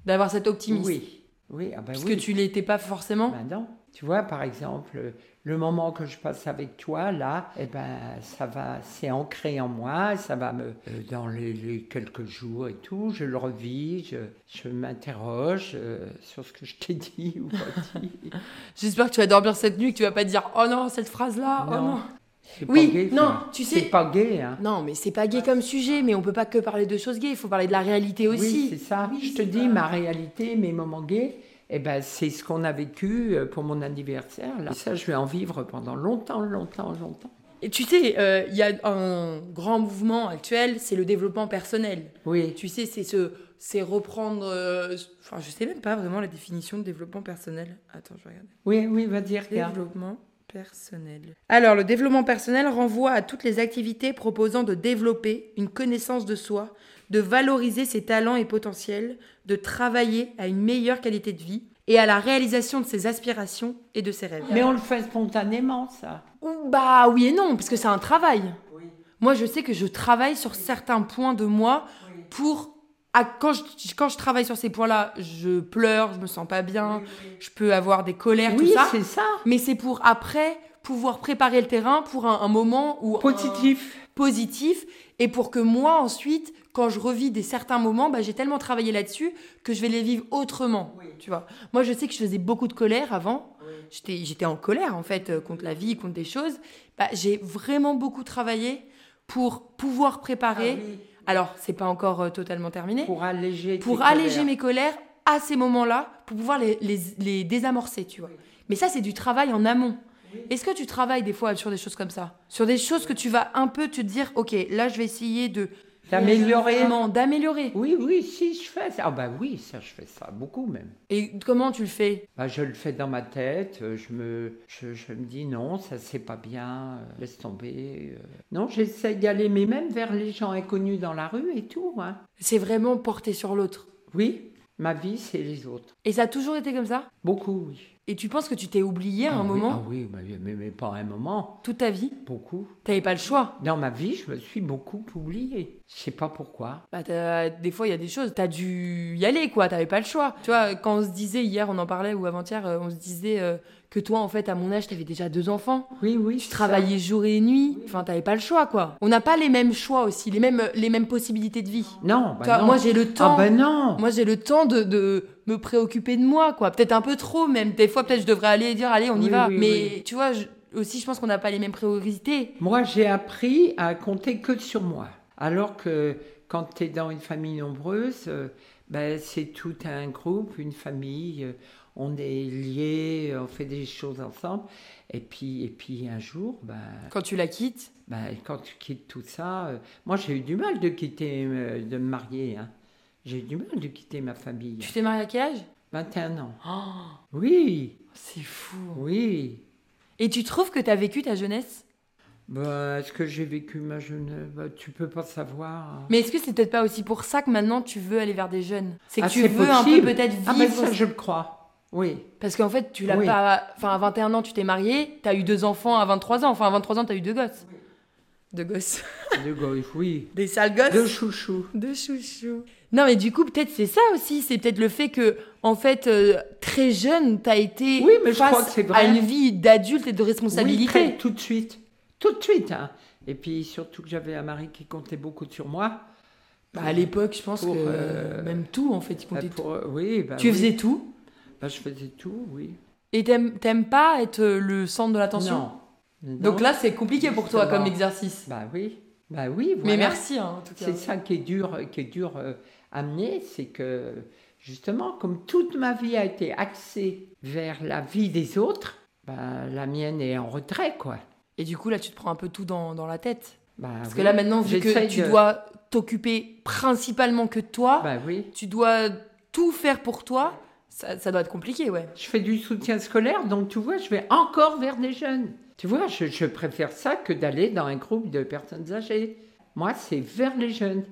Speaker 6: D'avoir cet optimisme.
Speaker 1: Oui, oui, ah ben
Speaker 6: Parce
Speaker 1: oui.
Speaker 6: que tu l'étais pas forcément.
Speaker 1: Ben non. Tu vois, par exemple, le moment que je passe avec toi, là, eh ben, ça va, c'est ancré en moi, ça va me, euh, dans les, les quelques jours et tout, je le revis, je, je m'interroge euh, sur ce que je t'ai dit ou pas dit.
Speaker 6: J'espère que tu vas dormir cette nuit, que tu vas pas te dire oh non cette phrase là, oh
Speaker 1: Non.
Speaker 6: non.
Speaker 1: C'est
Speaker 6: Oui,
Speaker 1: pas gay,
Speaker 6: non,
Speaker 1: ça.
Speaker 6: tu sais-
Speaker 1: C'est pas gay, hein.
Speaker 6: Non mais c'est pas gay comme sujet, mais on peut pas que parler de choses gays, il faut parler de la réalité
Speaker 1: Oui,
Speaker 6: aussi.
Speaker 1: c'est ça. je te dis ma réalité, mes moments gays, Eh ben, c'est ce qu'on a vécu euh, pour mon anniversaire. Là. Ça, je vais en vivre pendant longtemps, longtemps, longtemps.
Speaker 6: Et tu sais, euh, il y a un grand mouvement actuel, c'est le développement personnel.
Speaker 1: Oui,
Speaker 6: Tu sais, c'est ce, c'est reprendre. euh, Enfin, je sais même pas vraiment la définition de développement personnel. Attends, je vais regarder.
Speaker 1: oui, oui, va dire. regarde.
Speaker 6: Développement personnel. Alors, le développement personnel renvoie à toutes les activités proposant de développer une connaissance de soi, de valoriser ses talents et potentiels, de travailler à une meilleure qualité de vie et à la réalisation de ses aspirations et de ses rêves.
Speaker 1: Mais on le fait spontanément, ça.
Speaker 6: Ou- Bah oui et non, parce que c'est un travail. Moi, je sais que je travaille sur certains points de moi pour... à- quand, je, quand je travaille sur ces points-là, je pleure, je me sens pas bien, je peux avoir des colères,
Speaker 1: Oui,
Speaker 6: tout ça.
Speaker 1: c'est ça.
Speaker 6: Mais c'est pour après pouvoir préparer le terrain pour un, un moment où... euh,
Speaker 1: Positif.
Speaker 6: positif et pour que moi ensuite quand je revis des certains moments bah, j'ai tellement travaillé là-dessus que je vais les vivre autrement tu vois moi je sais que je faisais beaucoup de colère avant j'étais j'étais en colère en fait euh, contre la vie contre des choses bah, j'ai vraiment beaucoup travaillé pour pouvoir préparer
Speaker 1: Ah
Speaker 6: alors c'est pas encore euh, totalement terminé pour,
Speaker 1: Pour alléger. tes
Speaker 6: alléger
Speaker 1: colères.
Speaker 6: mes colères à ces moments-là pour pouvoir les, les, les désamorcer tu vois mais ça c'est du travail en amont est-ce que tu travailles des fois sur des choses comme ça Sur des choses que tu vas un peu te dire, ok, là je vais essayer de
Speaker 1: D'améliorer.
Speaker 6: Vraiment, d'améliorer.
Speaker 1: Oui, oui, si je fais ça. Ah bah oui, ça, je fais ça beaucoup même.
Speaker 6: Et comment tu le fais
Speaker 1: Bah, je le fais dans ma tête, euh, je me, je, je me dis non, ça c'est pas bien, euh, laisse tomber. euh. Non, j'essaie d'aller, mais même vers les gens inconnus dans la rue et tout. hein.
Speaker 6: C'est vraiment porter sur l'autre.
Speaker 1: Oui, ma vie c'est les autres.
Speaker 6: Et ça a toujours été comme ça
Speaker 1: Beaucoup, oui.
Speaker 6: Et tu penses que tu t'es oublié à
Speaker 1: Ah
Speaker 6: un
Speaker 1: oui,
Speaker 6: moment,
Speaker 1: ah oui, mais, mais- mais pas un moment,
Speaker 6: toute ta vie
Speaker 1: beaucoup.
Speaker 6: T'avais pas le choix.
Speaker 1: Dans ma vie, je me suis beaucoup oubliée. Je sais pas pourquoi.
Speaker 6: Bah, t'as- des fois, il y a des choses, t'as dû y aller, quoi, t'avais pas le choix. Tu vois, quand on se disait, hier, on en parlait, ou avant-hier, euh, on se disait euh, que toi, en fait, à mon âge, t'avais déjà deux enfants.
Speaker 1: Oui, oui.
Speaker 6: Tu
Speaker 1: ça.
Speaker 6: travaillais jour et nuit. Enfin, t'avais pas le choix, quoi. On n'a pas les mêmes choix aussi, les mêmes, les mêmes possibilités de vie.
Speaker 1: Non, bah
Speaker 6: Toi,
Speaker 1: non.
Speaker 6: Moi, j'ai le temps.
Speaker 1: Ah bah non.
Speaker 6: Moi, j'ai le temps de, de me préoccuper de moi, quoi. Peut-être un peu trop, même. Des fois, peut-être, je devrais aller dire, allez, on y
Speaker 1: Oui,
Speaker 6: va.
Speaker 1: oui,
Speaker 6: Mais tu vois, je- aussi, je pense qu'on n'a pas les mêmes priorités.
Speaker 1: Moi, j'ai appris à compter que sur moi. Alors que quand tu es dans une famille nombreuse, euh, ben, c'est tout un groupe, une famille, euh, on est liés, on fait des choses ensemble. Et puis, et puis un jour, ben,
Speaker 6: Quand tu la quittes,
Speaker 1: ben, quand tu quittes tout ça, euh, moi j'ai eu du mal de quitter, euh, de me marier. hein. J'ai eu du mal de quitter ma famille.
Speaker 6: tu t'es mariée à quel âge
Speaker 1: 21 ans.
Speaker 6: Oh,
Speaker 1: Oui,
Speaker 6: C'est fou.
Speaker 1: oui.
Speaker 6: Et tu trouves que t'as vécu ta jeunesse
Speaker 1: Ben, Est-ce que j'ai vécu ma jeunesse Ben, Tu peux pas savoir. hein.
Speaker 6: Mais est-ce que c'est peut-être pas aussi pour ça que maintenant, tu veux aller vers des jeunes C'est que
Speaker 1: Ah,
Speaker 6: tu
Speaker 1: c'est
Speaker 6: veux un peu
Speaker 1: possible.
Speaker 6: peut-être vivre...
Speaker 1: Ah ben ça, je le crois. Oui.
Speaker 6: Parce qu'en fait, tu l'as
Speaker 1: Oui.
Speaker 6: pas... Enfin, à 21 ans, tu t'es mariée, t'as eu deux enfants à 23 ans. Enfin, à 23 ans, t'as eu deux gosses. Deux gosses.
Speaker 1: De gauche, oui.
Speaker 6: Des sales gosses
Speaker 1: De chouchou.
Speaker 6: De chouchou. Non, mais du coup, peut-être c'est ça aussi. C'est peut-être le fait que, en fait, euh, très jeune, t'as été
Speaker 1: Oui, mais je
Speaker 6: face
Speaker 1: crois que c'est vrai.
Speaker 6: à une vie d'adulte et de
Speaker 1: Oui,
Speaker 6: responsabilité.
Speaker 1: très, tout de suite. Tout de suite. hein. Et puis surtout que j'avais un mari qui comptait beaucoup sur moi.
Speaker 6: Bah, à l'époque, je pense
Speaker 1: Pour,
Speaker 6: que
Speaker 1: euh,
Speaker 6: même tout, en fait, il
Speaker 1: Bah,
Speaker 6: comptait
Speaker 1: pour- euh, oui, bah
Speaker 6: tout. Tu
Speaker 1: oui.
Speaker 6: faisais tout.
Speaker 1: Bah, Je faisais tout, oui.
Speaker 6: Et t'aimes t'aimes pas être euh, le centre de l'attention.
Speaker 1: Non.
Speaker 6: Donc là, c'est compliqué pour toi
Speaker 1: Justement.
Speaker 6: comme exercice.
Speaker 1: Bah oui. Bah oui,
Speaker 6: Mais
Speaker 1: voilà.
Speaker 6: merci, hein, en tout cas.
Speaker 1: C'est ça qui est dur, qui est dur euh, à mener, c'est que justement, comme toute ma vie a été axée vers la vie des autres, bah, la mienne est en retrait, quoi.
Speaker 6: Et du coup, là, tu te prends un peu tout dans, dans la tête.
Speaker 1: Bah,
Speaker 6: Parce que
Speaker 1: oui.
Speaker 6: là, maintenant, vu que
Speaker 1: J'essaye
Speaker 6: tu
Speaker 1: de-
Speaker 6: dois t'occuper principalement que de toi,
Speaker 1: Bah oui.
Speaker 6: tu dois tout faire pour toi, ça, ça doit être compliqué, ouais.
Speaker 1: Je fais du soutien scolaire, donc tu vois, je vais encore vers des jeunes. Tu vois, je, je préfère ça que d'aller dans un groupe de personnes âgées. Moi, c'est vers les jeunes.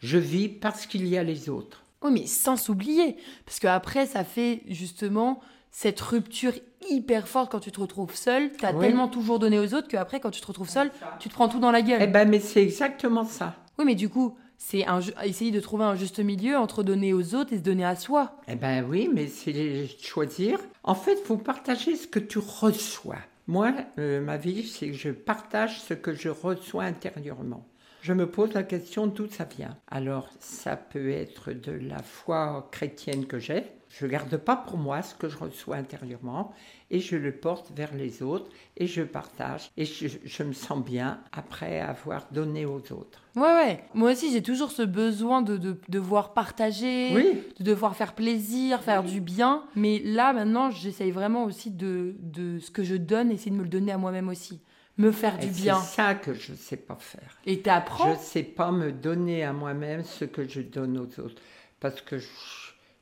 Speaker 1: Je vis parce qu'il y a les autres.
Speaker 6: Oui, mais sans s'oublier, parce que après, ça fait justement cette rupture hyper forte quand tu te retrouves seul. T'as
Speaker 1: Oui.
Speaker 6: tellement toujours donné aux autres qu'après, quand tu te retrouves seul, tu te prends tout dans la gueule.
Speaker 1: Eh ben, mais c'est exactement ça.
Speaker 6: Oui, mais du coup, c'est un ju- essayer de trouver un juste milieu entre donner aux autres et se donner à soi.
Speaker 1: Eh ben oui, mais c'est de choisir. En fait, faut partager ce que tu reçois. Moi, euh, ma vie, c'est que je partage ce que je reçois intérieurement. Je me pose la question d'où ça vient. Alors, ça peut être de la foi chrétienne que j'ai, Je ne garde pas pour moi ce que je reçois intérieurement et je le porte vers les autres et je partage et je, je me sens bien après avoir donné aux autres.
Speaker 6: Ouais, ouais. Moi aussi, j'ai toujours ce besoin de, de devoir partager,
Speaker 1: Oui,
Speaker 6: de devoir faire plaisir, faire du bien. Mais là, maintenant, j'essaye vraiment aussi de, de ce que je donne, essayer de me le donner à moi-même aussi. Me faire
Speaker 1: et
Speaker 6: du
Speaker 1: c'est
Speaker 6: bien.
Speaker 1: ça que je ne sais pas faire.
Speaker 6: Et
Speaker 1: Je ne
Speaker 6: t'apprends
Speaker 1: sais pas me donner à moi-même ce que je donne aux autres. Parce que je-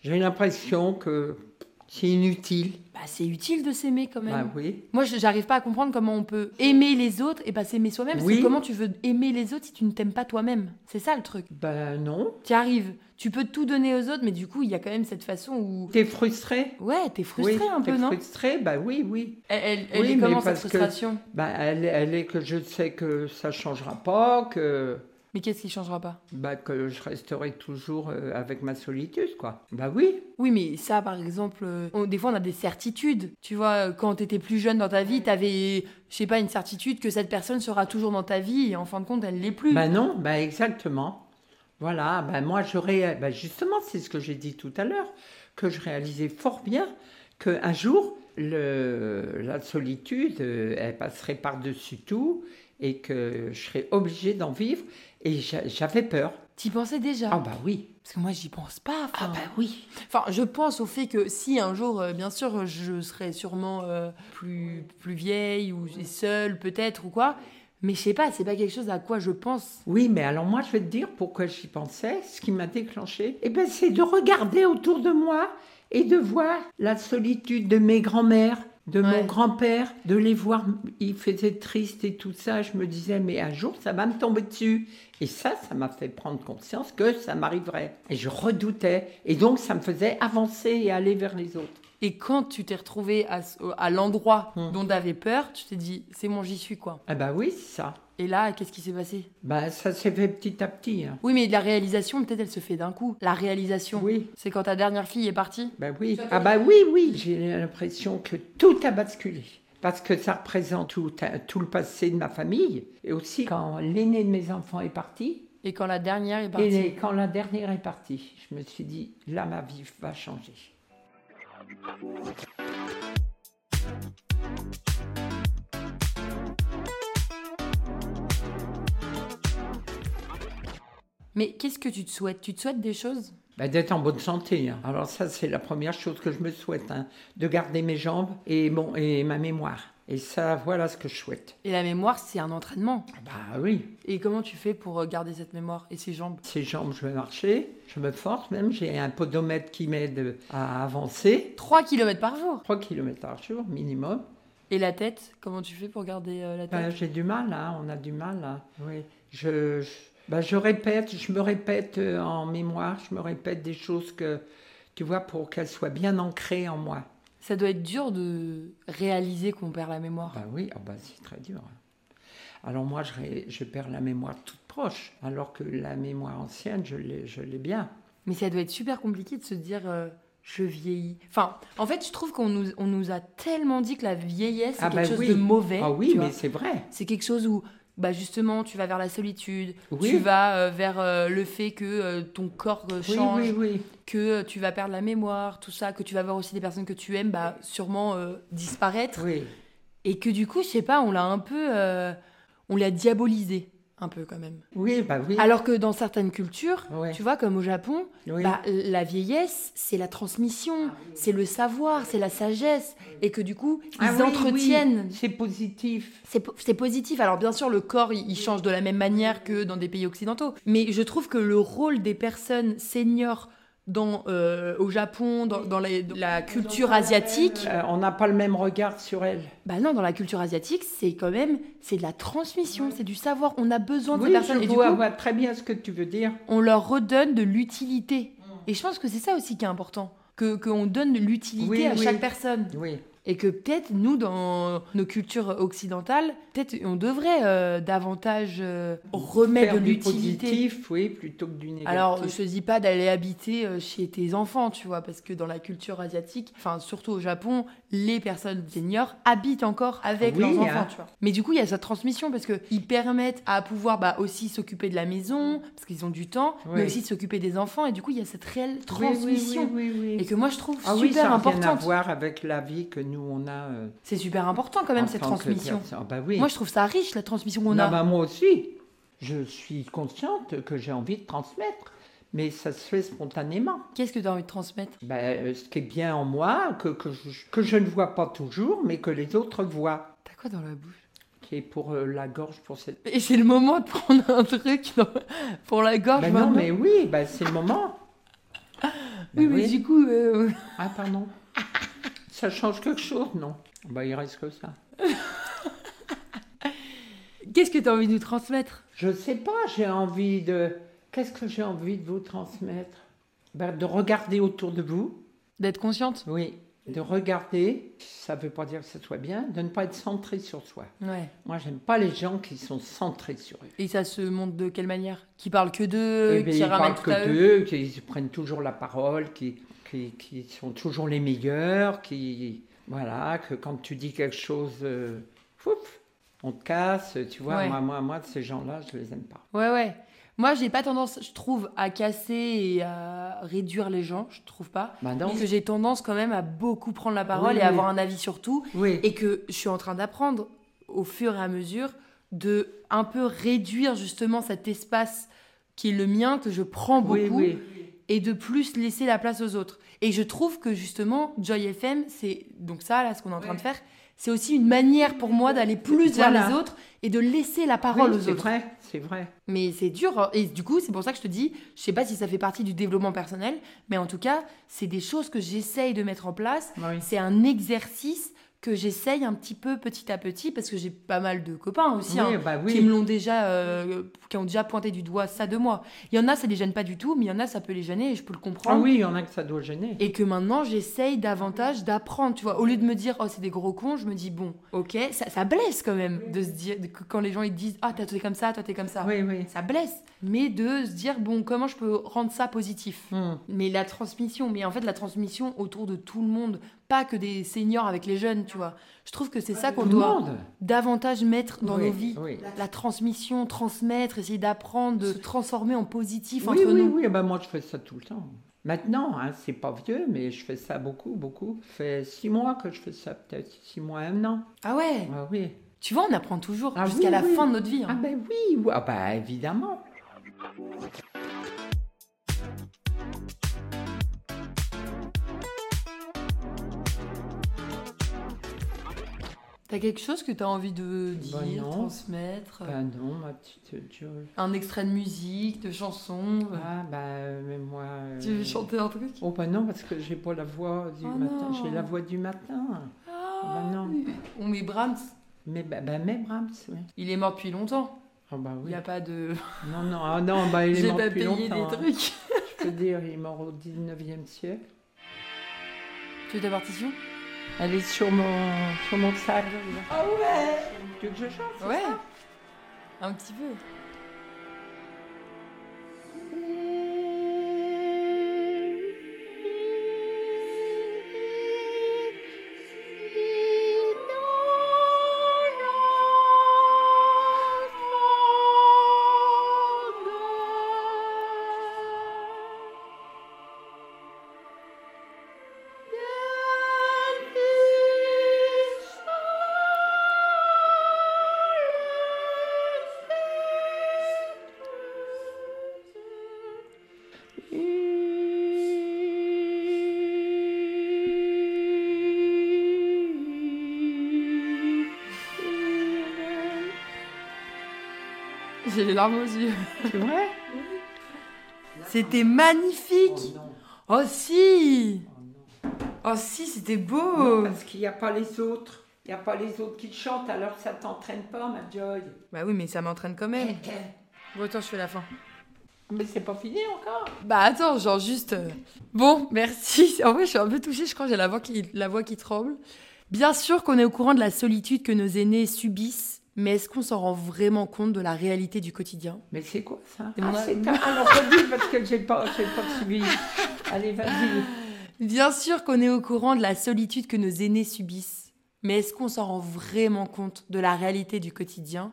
Speaker 1: j'ai l'impression que c'est inutile.
Speaker 6: Bah, c'est utile de s'aimer quand même.
Speaker 1: Bah oui.
Speaker 6: Moi, je- j'arrive pas à comprendre comment on peut aimer les autres et pas s'aimer soi-même.
Speaker 1: Oui.
Speaker 6: C'est comment tu veux aimer les autres si tu ne t'aimes pas toi-même. C'est ça le truc.
Speaker 1: Ben non.
Speaker 6: Tu arrives, tu peux tout donner aux autres, mais du coup, il y a quand même cette façon où.
Speaker 1: T'es frustré
Speaker 6: Ouais, t'es frustrée
Speaker 1: Oui,
Speaker 6: un peu,
Speaker 1: t'es
Speaker 6: non
Speaker 1: frustré, bah oui, oui.
Speaker 6: Elle, elle- elle
Speaker 1: Oui,
Speaker 6: est comment
Speaker 1: mais
Speaker 6: cette
Speaker 1: parce que-
Speaker 6: frustration
Speaker 1: Ben elle, elle est que je sais que ça changera pas, que,
Speaker 6: Mais qu'est-ce qui changera pas
Speaker 1: bah, que je resterai toujours euh, avec ma solitude, quoi. Bah oui.
Speaker 6: Oui, mais ça, par exemple, euh, on- des fois, on a des certitudes. Tu vois, euh, quand t'étais plus jeune dans ta vie, t'avais, je sais pas, une certitude que cette personne sera toujours dans ta vie et en fin de compte, elle l'est plus.
Speaker 1: Ben non, ben exactement. Voilà, ben moi je ré... ben justement, c'est ce que j'ai dit tout à l'heure, que je réalisais fort bien qu'un jour, le... la solitude, euh, elle passerait par-dessus tout et que je serais obligée d'en vivre. Et j'a- j'avais peur.
Speaker 6: T'y pensais déjà
Speaker 1: Ah bah oui.
Speaker 6: Parce que moi, j'y pense pas. enfin.
Speaker 1: oui.
Speaker 6: Enfin, je pense au fait que si un jour, euh, bien sûr, je serais sûrement euh, plus, plus vieille ou seule, peut-être, ou quoi. Mais je sais pas, c'est pas quelque chose à quoi je pense.
Speaker 1: Oui, mais alors moi, je vais te dire pourquoi j'y pensais, ce qui m'a déclenché. Eh bien, c'est de regarder autour de moi et de voir la solitude de mes grands-mères, de
Speaker 6: Ouais.
Speaker 1: mon grand-père, de les voir, ils faisaient triste et tout ça. Je me disais, mais un jour, ça va me tomber dessus. Et ça, ça m'a fait prendre conscience que ça m'arriverait. Et je redoutais. Et donc, ça me faisait avancer et aller vers les autres.
Speaker 6: Et quand tu t'es retrouvée à, ce- euh, à l'endroit
Speaker 1: Hmm.
Speaker 6: dont t'avais peur, tu t'es dit, c'est bon, j'y suis, quoi.
Speaker 1: Ah bah oui, c'est ça.
Speaker 6: Et là, qu'est-ce qui s'est passé
Speaker 1: Bah, ça s'est fait petit à petit. hein.
Speaker 6: Oui, mais la réalisation, peut-être, elle se fait d'un coup. La réalisation,
Speaker 1: Oui.
Speaker 6: c'est quand ta dernière fille est partie
Speaker 1: Ben oui. Ah bah oui, oui, j'ai l'impression que tout a basculé. Parce que ça représente tout, tout le passé de ma famille. Et aussi quand l'aîné de mes enfants est parti.
Speaker 6: et quand la dernière est
Speaker 1: Et
Speaker 6: partie.
Speaker 1: les- quand la dernière est partie, je me suis dit, là, ma vie va changer.
Speaker 6: Mais qu'est-ce que tu te souhaites Tu te souhaites des choses
Speaker 1: Ben, D'être en bonne santé. hein. Alors ça, c'est la première chose que je me souhaite. hein, De garder mes jambes et, bon, et ma mémoire. Et ça, voilà ce que je souhaite.
Speaker 6: Et la mémoire, c'est un entraînement.
Speaker 1: Ah Bah oui.
Speaker 6: Et comment tu fais pour euh, garder cette mémoire et ces jambes
Speaker 1: Ces jambes, je vais marcher. Je me force même. J'ai un podomètre qui m'aide à avancer.
Speaker 6: 3 km par jour
Speaker 1: 3 km par jour minimum.
Speaker 6: Et la tête, comment tu fais pour garder euh, la
Speaker 1: Ben,
Speaker 6: tête
Speaker 1: j'ai du mal, hein, on a du mal. hein. Oui. Je, je- ben, je répète, je me répète euh, en mémoire, je me répète des choses que, tu vois, pour qu'elles soient bien ancrées en moi.
Speaker 6: Ça doit être dur de réaliser qu'on perd la mémoire.
Speaker 1: Ben oui, ah ben, c'est très dur. hein. Alors moi, je, ré- je perds la mémoire toute proche, alors que la mémoire ancienne, je l'ai je l'ai bien.
Speaker 6: Mais ça doit être super compliqué de se dire euh, je vieillis. Enfin, en fait, je trouve qu'on nous, on nous a tellement dit que la vieillesse, c'est
Speaker 1: Ah
Speaker 6: quelque
Speaker 1: bah
Speaker 6: chose
Speaker 1: oui.
Speaker 6: de mauvais.
Speaker 1: Ah
Speaker 6: tu
Speaker 1: oui,
Speaker 6: vois.
Speaker 1: mais c'est vrai.
Speaker 6: C'est quelque chose où, bah justement, tu vas vers la solitude,
Speaker 1: Oui.
Speaker 6: tu vas euh, vers euh, le fait que euh, ton corps euh,
Speaker 1: Oui,
Speaker 6: change,
Speaker 1: oui, oui.
Speaker 6: que euh, tu vas perdre la mémoire, tout ça, que tu vas voir aussi des personnes que tu aimes, bah sûrement euh, disparaître.
Speaker 1: Oui.
Speaker 6: Et que du coup, je sais pas, on l'a un peu. euh, on l'a diabolisé, un peu quand même.
Speaker 1: Oui, bah oui.
Speaker 6: Alors que dans certaines cultures,
Speaker 1: Ouais.
Speaker 6: tu vois, comme au Japon,
Speaker 1: oui. Ah
Speaker 6: bah, la vieillesse, c'est la transmission, c'est le savoir, c'est la sagesse, et que du coup, ils
Speaker 1: Ah oui, oui,
Speaker 6: entretiennent.
Speaker 1: C'est positif.
Speaker 6: C'est po- C'est positif. Alors bien sûr, le corps, il, il change de la même manière que dans des pays occidentaux. Mais je trouve que le rôle des personnes seniors dans, euh, au Japon, dans, dans les- dans la culture asiatique,
Speaker 1: Euh, on n'a pas le même regard sur elle.
Speaker 6: bah non, dans la culture asiatique, c'est quand même, c'est de la transmission, c'est du savoir. On a besoin de
Speaker 1: Oui,
Speaker 6: ces personnes.
Speaker 1: je
Speaker 6: Et du
Speaker 1: vois,
Speaker 6: coup,
Speaker 1: vois très bien ce que tu veux dire.
Speaker 6: on leur redonne de
Speaker 1: Mm.
Speaker 6: l'utilité. Et je pense que c'est ça aussi qui est important, que qu'on donne de l'utilité
Speaker 1: Oui,
Speaker 6: à
Speaker 1: oui.
Speaker 6: chaque personne.
Speaker 1: Oui.
Speaker 6: Et que peut-être, nous, dans nos cultures occidentales, peut-être on devrait euh, davantage euh, remettre de
Speaker 1: Faire du
Speaker 6: l'utilité.
Speaker 1: positif, oui, plutôt que du négatif.
Speaker 6: Alors, je te dis pas d'aller habiter euh, chez tes enfants, tu vois, parce que dans la culture asiatique, enfin surtout au Japon, les personnes seniors habitent encore avec
Speaker 1: Oui,
Speaker 6: leurs
Speaker 1: hein.
Speaker 6: enfants, tu vois. Mais du coup, il y a cette transmission parce que ils permettent à pouvoir bah, aussi s'occuper de la maison parce qu'ils ont du temps, mais
Speaker 1: Oui.
Speaker 6: aussi de s'occuper des enfants et du coup, il y a cette
Speaker 1: Oui,
Speaker 6: réelle
Speaker 1: oui, oui,
Speaker 6: transmission
Speaker 1: oui, oui.
Speaker 6: et que moi je trouve
Speaker 1: Ah oui, ça
Speaker 6: super
Speaker 1: n'a rien à
Speaker 6: importante.
Speaker 1: voir avec la vie que nous on a. euh,
Speaker 6: C'est super important quand
Speaker 1: en
Speaker 6: même cette
Speaker 1: tant que
Speaker 6: transmission.
Speaker 1: personne. Ah bah oui.
Speaker 6: Moi, je trouve ça riche la transmission qu'on
Speaker 1: Non,
Speaker 6: a.
Speaker 1: bah, moi aussi, je suis consciente que j'ai envie de transmettre, mais ça se fait spontanément.
Speaker 6: Qu'est-ce que tu as envie de transmettre
Speaker 1: Bah, euh, ce qui est bien en moi, que, que, je, que je ne vois pas toujours, mais que les autres voient,
Speaker 6: T'as quoi dans la bouche
Speaker 1: qui est pour euh, la gorge, pour cette...
Speaker 6: Et c'est le moment de prendre un truc dans- pour la gorge.
Speaker 1: Bah non,
Speaker 6: maintenant.
Speaker 1: mais oui, bah, c'est le moment.
Speaker 6: Oui,
Speaker 1: Bah
Speaker 6: mais
Speaker 1: oui.
Speaker 6: du coup, euh,
Speaker 1: Ah, pardon. Ça change quelque chose, non Bah, il reste que ça.
Speaker 6: qu'est-ce que tu as envie de nous transmettre
Speaker 1: Je sais pas, j'ai envie de... Qu'est-ce que j'ai envie de vous transmettre Bah, De regarder autour de vous,
Speaker 6: D'être consciente
Speaker 1: Oui, de regarder, ça ne veut pas dire que ce soit bien, de ne pas être centré sur soi.
Speaker 6: Ouais.
Speaker 1: Moi, j'aime pas les gens qui sont centrés sur eux.
Speaker 6: Et ça se montre de quelle manière Qui parle que d'eux,
Speaker 1: Eh ben,
Speaker 6: qui
Speaker 1: ils
Speaker 6: ramène
Speaker 1: parlent
Speaker 6: tout à
Speaker 1: que
Speaker 6: eux
Speaker 1: d'eux, qui prennent toujours la parole, qui, qui, qui sont toujours les meilleurs, qui voilà, que quand tu dis quelque chose, euh, fouf, on te casse, tu vois.
Speaker 6: Ouais.
Speaker 1: Moi, moi, moi, ces gens-là, je les aime pas.
Speaker 6: Ouais, ouais. Moi, j'ai pas tendance, je trouve, à casser et à réduire les gens, je trouve pas.
Speaker 1: Bah non.
Speaker 6: Parce que j'ai tendance quand même à beaucoup prendre la parole
Speaker 1: Oui,
Speaker 6: et
Speaker 1: oui.
Speaker 6: avoir un avis sur tout.
Speaker 1: Oui.
Speaker 6: Et que je suis en train d'apprendre au fur et à mesure de un peu réduire justement cet espace qui est le mien, que je prends beaucoup.
Speaker 1: oui, oui.
Speaker 6: et de plus laisser la place aux autres. Et je trouve que justement, Joy FM, c'est donc ça, là, ce qu'on est en train de faire, c'est aussi une manière pour moi d'aller plus vers
Speaker 1: Voilà.
Speaker 6: les autres et de laisser la parole
Speaker 1: Oui,
Speaker 6: aux
Speaker 1: c'est
Speaker 6: autres.
Speaker 1: vrai, c'est vrai.
Speaker 6: Mais c'est dur. hein. Et du coup, c'est pour ça que je te dis, je sais pas si ça fait partie du développement personnel, mais en tout cas, c'est des choses que j'essaye de mettre en place.
Speaker 1: Bah Oui.
Speaker 6: C'est un exercice que j'essaye un petit peu petit à petit parce que j'ai pas mal de copains aussi
Speaker 1: Oui,
Speaker 6: hein,
Speaker 1: bah oui.
Speaker 6: qui me l'ont déjà euh, qui ont déjà pointé du doigt ça de moi. Il y en a ça les gêne pas du tout, mais il y en a ça peut les gêner et je peux le comprendre
Speaker 1: Ah oui, il y en a que ça doit gêner.
Speaker 6: et que maintenant j'essaye davantage d'apprendre tu vois au lieu de me dire oh c'est des gros cons je me dis bon ok ça, ça blesse quand même de se dire de- que quand les gens ils te disent ah toi t'es comme ça toi t'es comme ça
Speaker 1: Oui, oui.
Speaker 6: ça blesse mais de se dire bon comment je peux rendre ça positif
Speaker 1: Hmm.
Speaker 6: mais la transmission mais en fait la transmission autour de tout le monde pas que des seniors avec les jeunes tu vois je trouve que c'est ça qu'on
Speaker 1: Tout le
Speaker 6: doit
Speaker 1: monde.
Speaker 6: davantage mettre dans
Speaker 1: Oui,
Speaker 6: nos vies
Speaker 1: oui.
Speaker 6: la transmission transmettre essayer d'apprendre de se transformer en positif
Speaker 1: Oui,
Speaker 6: entre
Speaker 1: oui,
Speaker 6: nous
Speaker 1: oui, eh ben moi je fais ça tout le temps. Maintenant, hein, c'est pas vieux, mais je fais ça beaucoup, beaucoup. Ça fait six mois que je fais ça, peut-être six mois, un an.
Speaker 6: ah ouais
Speaker 1: Ah oui.
Speaker 6: tu vois on apprend toujours
Speaker 1: Ah
Speaker 6: jusqu'à
Speaker 1: oui,
Speaker 6: la
Speaker 1: oui.
Speaker 6: fin de notre vie hein.
Speaker 1: Ah ben oui, oui, ah ben évidemment.
Speaker 6: T'as quelque chose que t'as envie de dire,
Speaker 1: Bah non.
Speaker 6: transmettre euh,
Speaker 1: Ben non, ma petite Joy.
Speaker 6: Un extrait de musique, de chanson euh,
Speaker 1: Ah ben, euh, mais moi. euh,
Speaker 6: Tu veux chanter un truc
Speaker 1: Oh ben non, parce que j'ai pas la voix du
Speaker 6: Oh
Speaker 1: matin.
Speaker 6: non. Ah
Speaker 1: J'ai la voix du matin. bah non.
Speaker 6: On met Brahms.
Speaker 1: Mais ben, ben, mais Brahms, oui.
Speaker 6: Il est mort depuis longtemps.
Speaker 1: Ah ben
Speaker 6: Il
Speaker 1: oui.
Speaker 6: n'y a pas de.
Speaker 1: Non, non, ah non, ben, il est
Speaker 6: J'ai
Speaker 1: mort
Speaker 6: pas
Speaker 1: depuis
Speaker 6: payé
Speaker 1: longtemps.
Speaker 6: des
Speaker 1: hein.
Speaker 6: trucs.
Speaker 1: Je peux dire, il est mort au 19e siècle.
Speaker 6: Tu veux ta partition
Speaker 1: Elle est sur mon, sur mon sac. Ah ouais Tu veux que je chante
Speaker 6: Ouais. Un petit peu. J'ai les larmes aux yeux.
Speaker 1: C'est vrai
Speaker 6: C'était magnifique.
Speaker 1: Oh non,
Speaker 6: Oh si.
Speaker 1: oh non.
Speaker 6: Oh si, c'était beau.
Speaker 1: Parce qu'il n'y a pas les autres. Il n'y a pas les autres qui te chantent, alors ça t'entraîne pas, ma Joy.
Speaker 6: Bah oui, mais ça m'entraîne quand même. Bon, attends, je fais la fin.
Speaker 1: Mais c'est pas fini encore.
Speaker 6: Bah attends, genre juste. euh, Bon, merci. En vrai, je suis un peu touchée, je crois que j'ai la voix qui, la voix qui tremble. Bien sûr qu'on est au courant de la solitude que nos aînés subissent, mais est-ce qu'on s'en rend vraiment compte de la réalité du quotidien
Speaker 1: Mais c'est quoi ça
Speaker 6: Et
Speaker 1: Ah,
Speaker 6: on a-
Speaker 1: c'est un... Alors redis parce que j'ai pas, j'ai pas suivi. Allez, vas-y.
Speaker 6: Bien sûr qu'on est au courant de la solitude que nos aînés subissent, mais est-ce qu'on s'en rend vraiment compte de la réalité du quotidien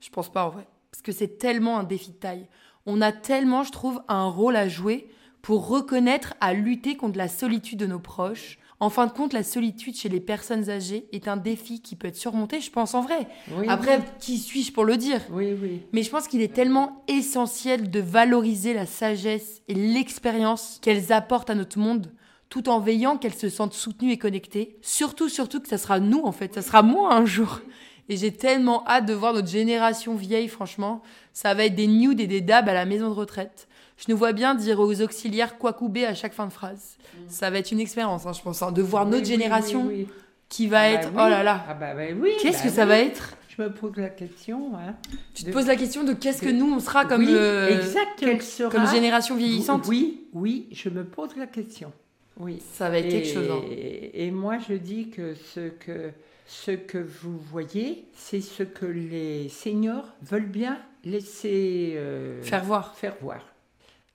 Speaker 6: Je pense pas en vrai, parce que c'est tellement un défi de taille. On a tellement, je trouve, un rôle à jouer pour reconnaître à lutter contre la solitude de nos proches. En fin de compte, la solitude chez les personnes âgées est un défi qui peut être surmonté, je pense en vrai.
Speaker 1: Oui,
Speaker 6: Après, qui suis-je pour le dire
Speaker 1: Oui, oui.
Speaker 6: Mais je pense qu'il est tellement essentiel de valoriser la sagesse et l'expérience qu'elles apportent à notre monde, tout en veillant qu'elles se sentent soutenues et connectées. Surtout, surtout que ça sera nous, en fait. Ça sera moi un jour. Et j'ai tellement hâte de voir notre génération vieille, franchement. Ça va être des nudes et des dabs à la maison de retraite. Je nous vois bien dire aux auxiliaires quoi couper à chaque fin de phrase. Ça va être une expérience, hein, je pense, hein, de voir
Speaker 1: Mm.
Speaker 6: notre
Speaker 1: Oui, oui,
Speaker 6: génération
Speaker 1: oui, oui.
Speaker 6: qui va
Speaker 1: Ah bah
Speaker 6: être...
Speaker 1: oui.
Speaker 6: Oh là là
Speaker 1: Ah bah, bah oui.
Speaker 6: Qu'est-ce
Speaker 1: bah
Speaker 6: que ça
Speaker 1: oui.
Speaker 6: va être
Speaker 1: Je me pose la question. Hein.
Speaker 6: Tu te poses la question de qu'est-ce que
Speaker 1: de-
Speaker 6: nous, on sera comme...
Speaker 1: oui,
Speaker 6: euh,
Speaker 1: exact. Quelle sera
Speaker 6: comme génération vieillissante.
Speaker 1: Oui, oui, je me pose la question. Oui.
Speaker 6: Ça va être quelque chose. hein.
Speaker 1: Et moi, je dis que ce que, ce que vous voyez, c'est ce que les seniors veulent bien laisser euh,
Speaker 6: Faire voir.
Speaker 1: faire voir.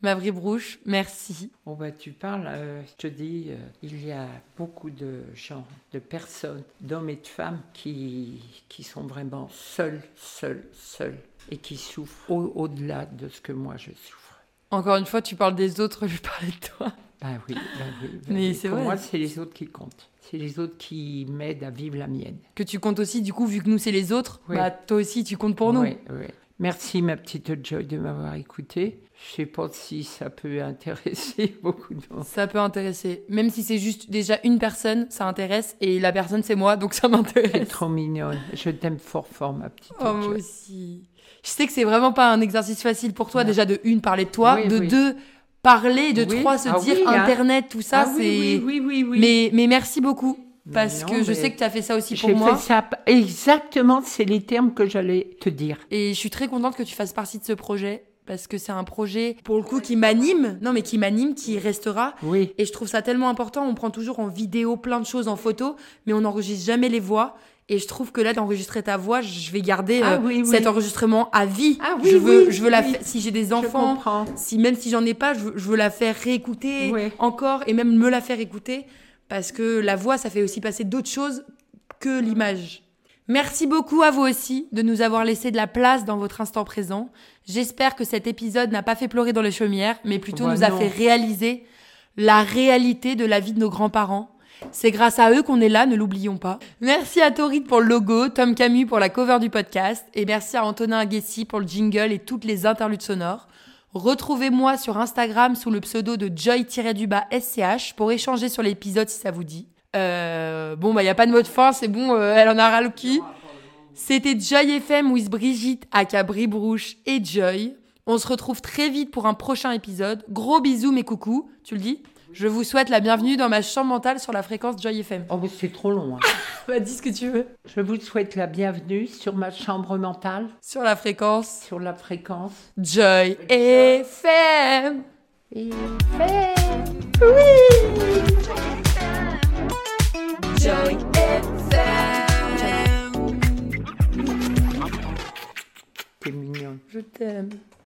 Speaker 6: Ma vraie brouche, merci.
Speaker 1: Bon, bah, tu parles, euh, je te dis, euh, il y a beaucoup de gens, de personnes, d'hommes et de femmes qui, qui sont vraiment seuls, seuls, seuls et qui souffrent au- au-delà de ce que moi je souffre.
Speaker 6: Encore une fois, tu parles des autres, je parle de toi.
Speaker 1: Bah oui, bah oui. bah
Speaker 6: Mais
Speaker 1: oui.
Speaker 6: c'est
Speaker 1: Pour
Speaker 6: vrai.
Speaker 1: moi, c'est les autres qui comptent. C'est les autres qui m'aident à vivre la mienne.
Speaker 6: Que tu comptes aussi, du coup, vu que nous, c'est les autres,
Speaker 1: Oui.
Speaker 6: bah, toi aussi, tu comptes pour nous.
Speaker 1: Ouais, ouais. Merci, ma petite Joy, de m'avoir écoutée. Je sais pas si ça peut intéresser beaucoup de monde.
Speaker 6: Ça peut intéresser. Même si c'est juste déjà une personne, ça intéresse. Et la personne, c'est moi, donc ça m'intéresse.
Speaker 1: T'es trop mignonne. Je t'aime fort, fort, ma petite
Speaker 6: Oh, moi
Speaker 1: Joy.
Speaker 6: aussi. Je sais que c'est vraiment pas un exercice facile pour toi,
Speaker 1: Non.
Speaker 6: déjà, de une, parler de toi,
Speaker 1: Oui,
Speaker 6: de
Speaker 1: oui.
Speaker 6: deux, parler, de
Speaker 1: Oui.
Speaker 6: trois, se
Speaker 1: Ah
Speaker 6: dire
Speaker 1: oui, hein.
Speaker 6: Internet, tout ça,
Speaker 1: Ah
Speaker 6: c'est...
Speaker 1: oui, oui, oui, oui, oui.
Speaker 6: Mais, mais merci beaucoup, parce
Speaker 1: non,
Speaker 6: que je
Speaker 1: mais
Speaker 6: sais que tu as fait ça aussi pour
Speaker 1: J'ai
Speaker 6: moi.
Speaker 1: fait ça p- exactement, c'est les termes que j'allais te dire.
Speaker 6: Et je suis très contente que tu fasses partie de ce projet parce que c'est un projet pour le coup qui m'anime, non mais qui m'anime, qui restera.
Speaker 1: Oui,
Speaker 6: Et je trouve ça tellement important. On prend toujours en vidéo plein de choses, en photo, mais on n'enregistre jamais les voix. Et je trouve que là d'enregistrer ta voix, je vais garder
Speaker 1: Ah
Speaker 6: euh,
Speaker 1: oui, oui.
Speaker 6: cet enregistrement à vie.
Speaker 1: Ah oui,
Speaker 6: je veux,
Speaker 1: oui,
Speaker 6: je veux la
Speaker 1: oui.
Speaker 6: fa- si j'ai des
Speaker 1: je
Speaker 6: enfants,
Speaker 1: comprends.
Speaker 6: si même si j'en ai pas, je veux, je veux la faire réécouter
Speaker 1: Ouais.
Speaker 6: encore et même me la faire écouter parce que la voix, ça fait aussi passer d'autres choses que l'image. Merci beaucoup à vous aussi de nous avoir laissé de la place dans votre instant présent. J'espère que cet épisode n'a pas fait pleurer dans les chaumières, mais plutôt
Speaker 1: Bah
Speaker 6: nous a
Speaker 1: non.
Speaker 6: fait réaliser la réalité de la vie de nos grands-parents. C'est grâce à eux qu'on est là, ne l'oublions pas. Merci à Torrid pour le logo, Tom Camus pour la cover du podcast, et merci à Antonin Aguessi pour le jingle et toutes les interludes sonores. Retrouvez-moi sur Instagram sous le pseudo de joy-sch pour échanger sur l'épisode si ça vous dit. Euh, bon, bah, il n'y a pas de mot de fin, c'est bon, euh, elle en a ras le cul. C'était Joy FM with Brigitte, aka Bribrouche et Joy. On se retrouve très vite pour un prochain épisode. Gros bisous, mes coucous. Tu le dis Je vous souhaite la bienvenue dans ma chambre mentale sur la fréquence Joy FM.
Speaker 1: Oh, mais c'est trop long. hein.
Speaker 6: Bah, dis ce que tu veux.
Speaker 1: je vous souhaite la bienvenue sur ma chambre mentale,
Speaker 6: Sur la fréquence
Speaker 1: sur la fréquence.
Speaker 6: Joy FM.
Speaker 5: Joy FM.
Speaker 1: T'es mignonne.
Speaker 6: Je t'aime.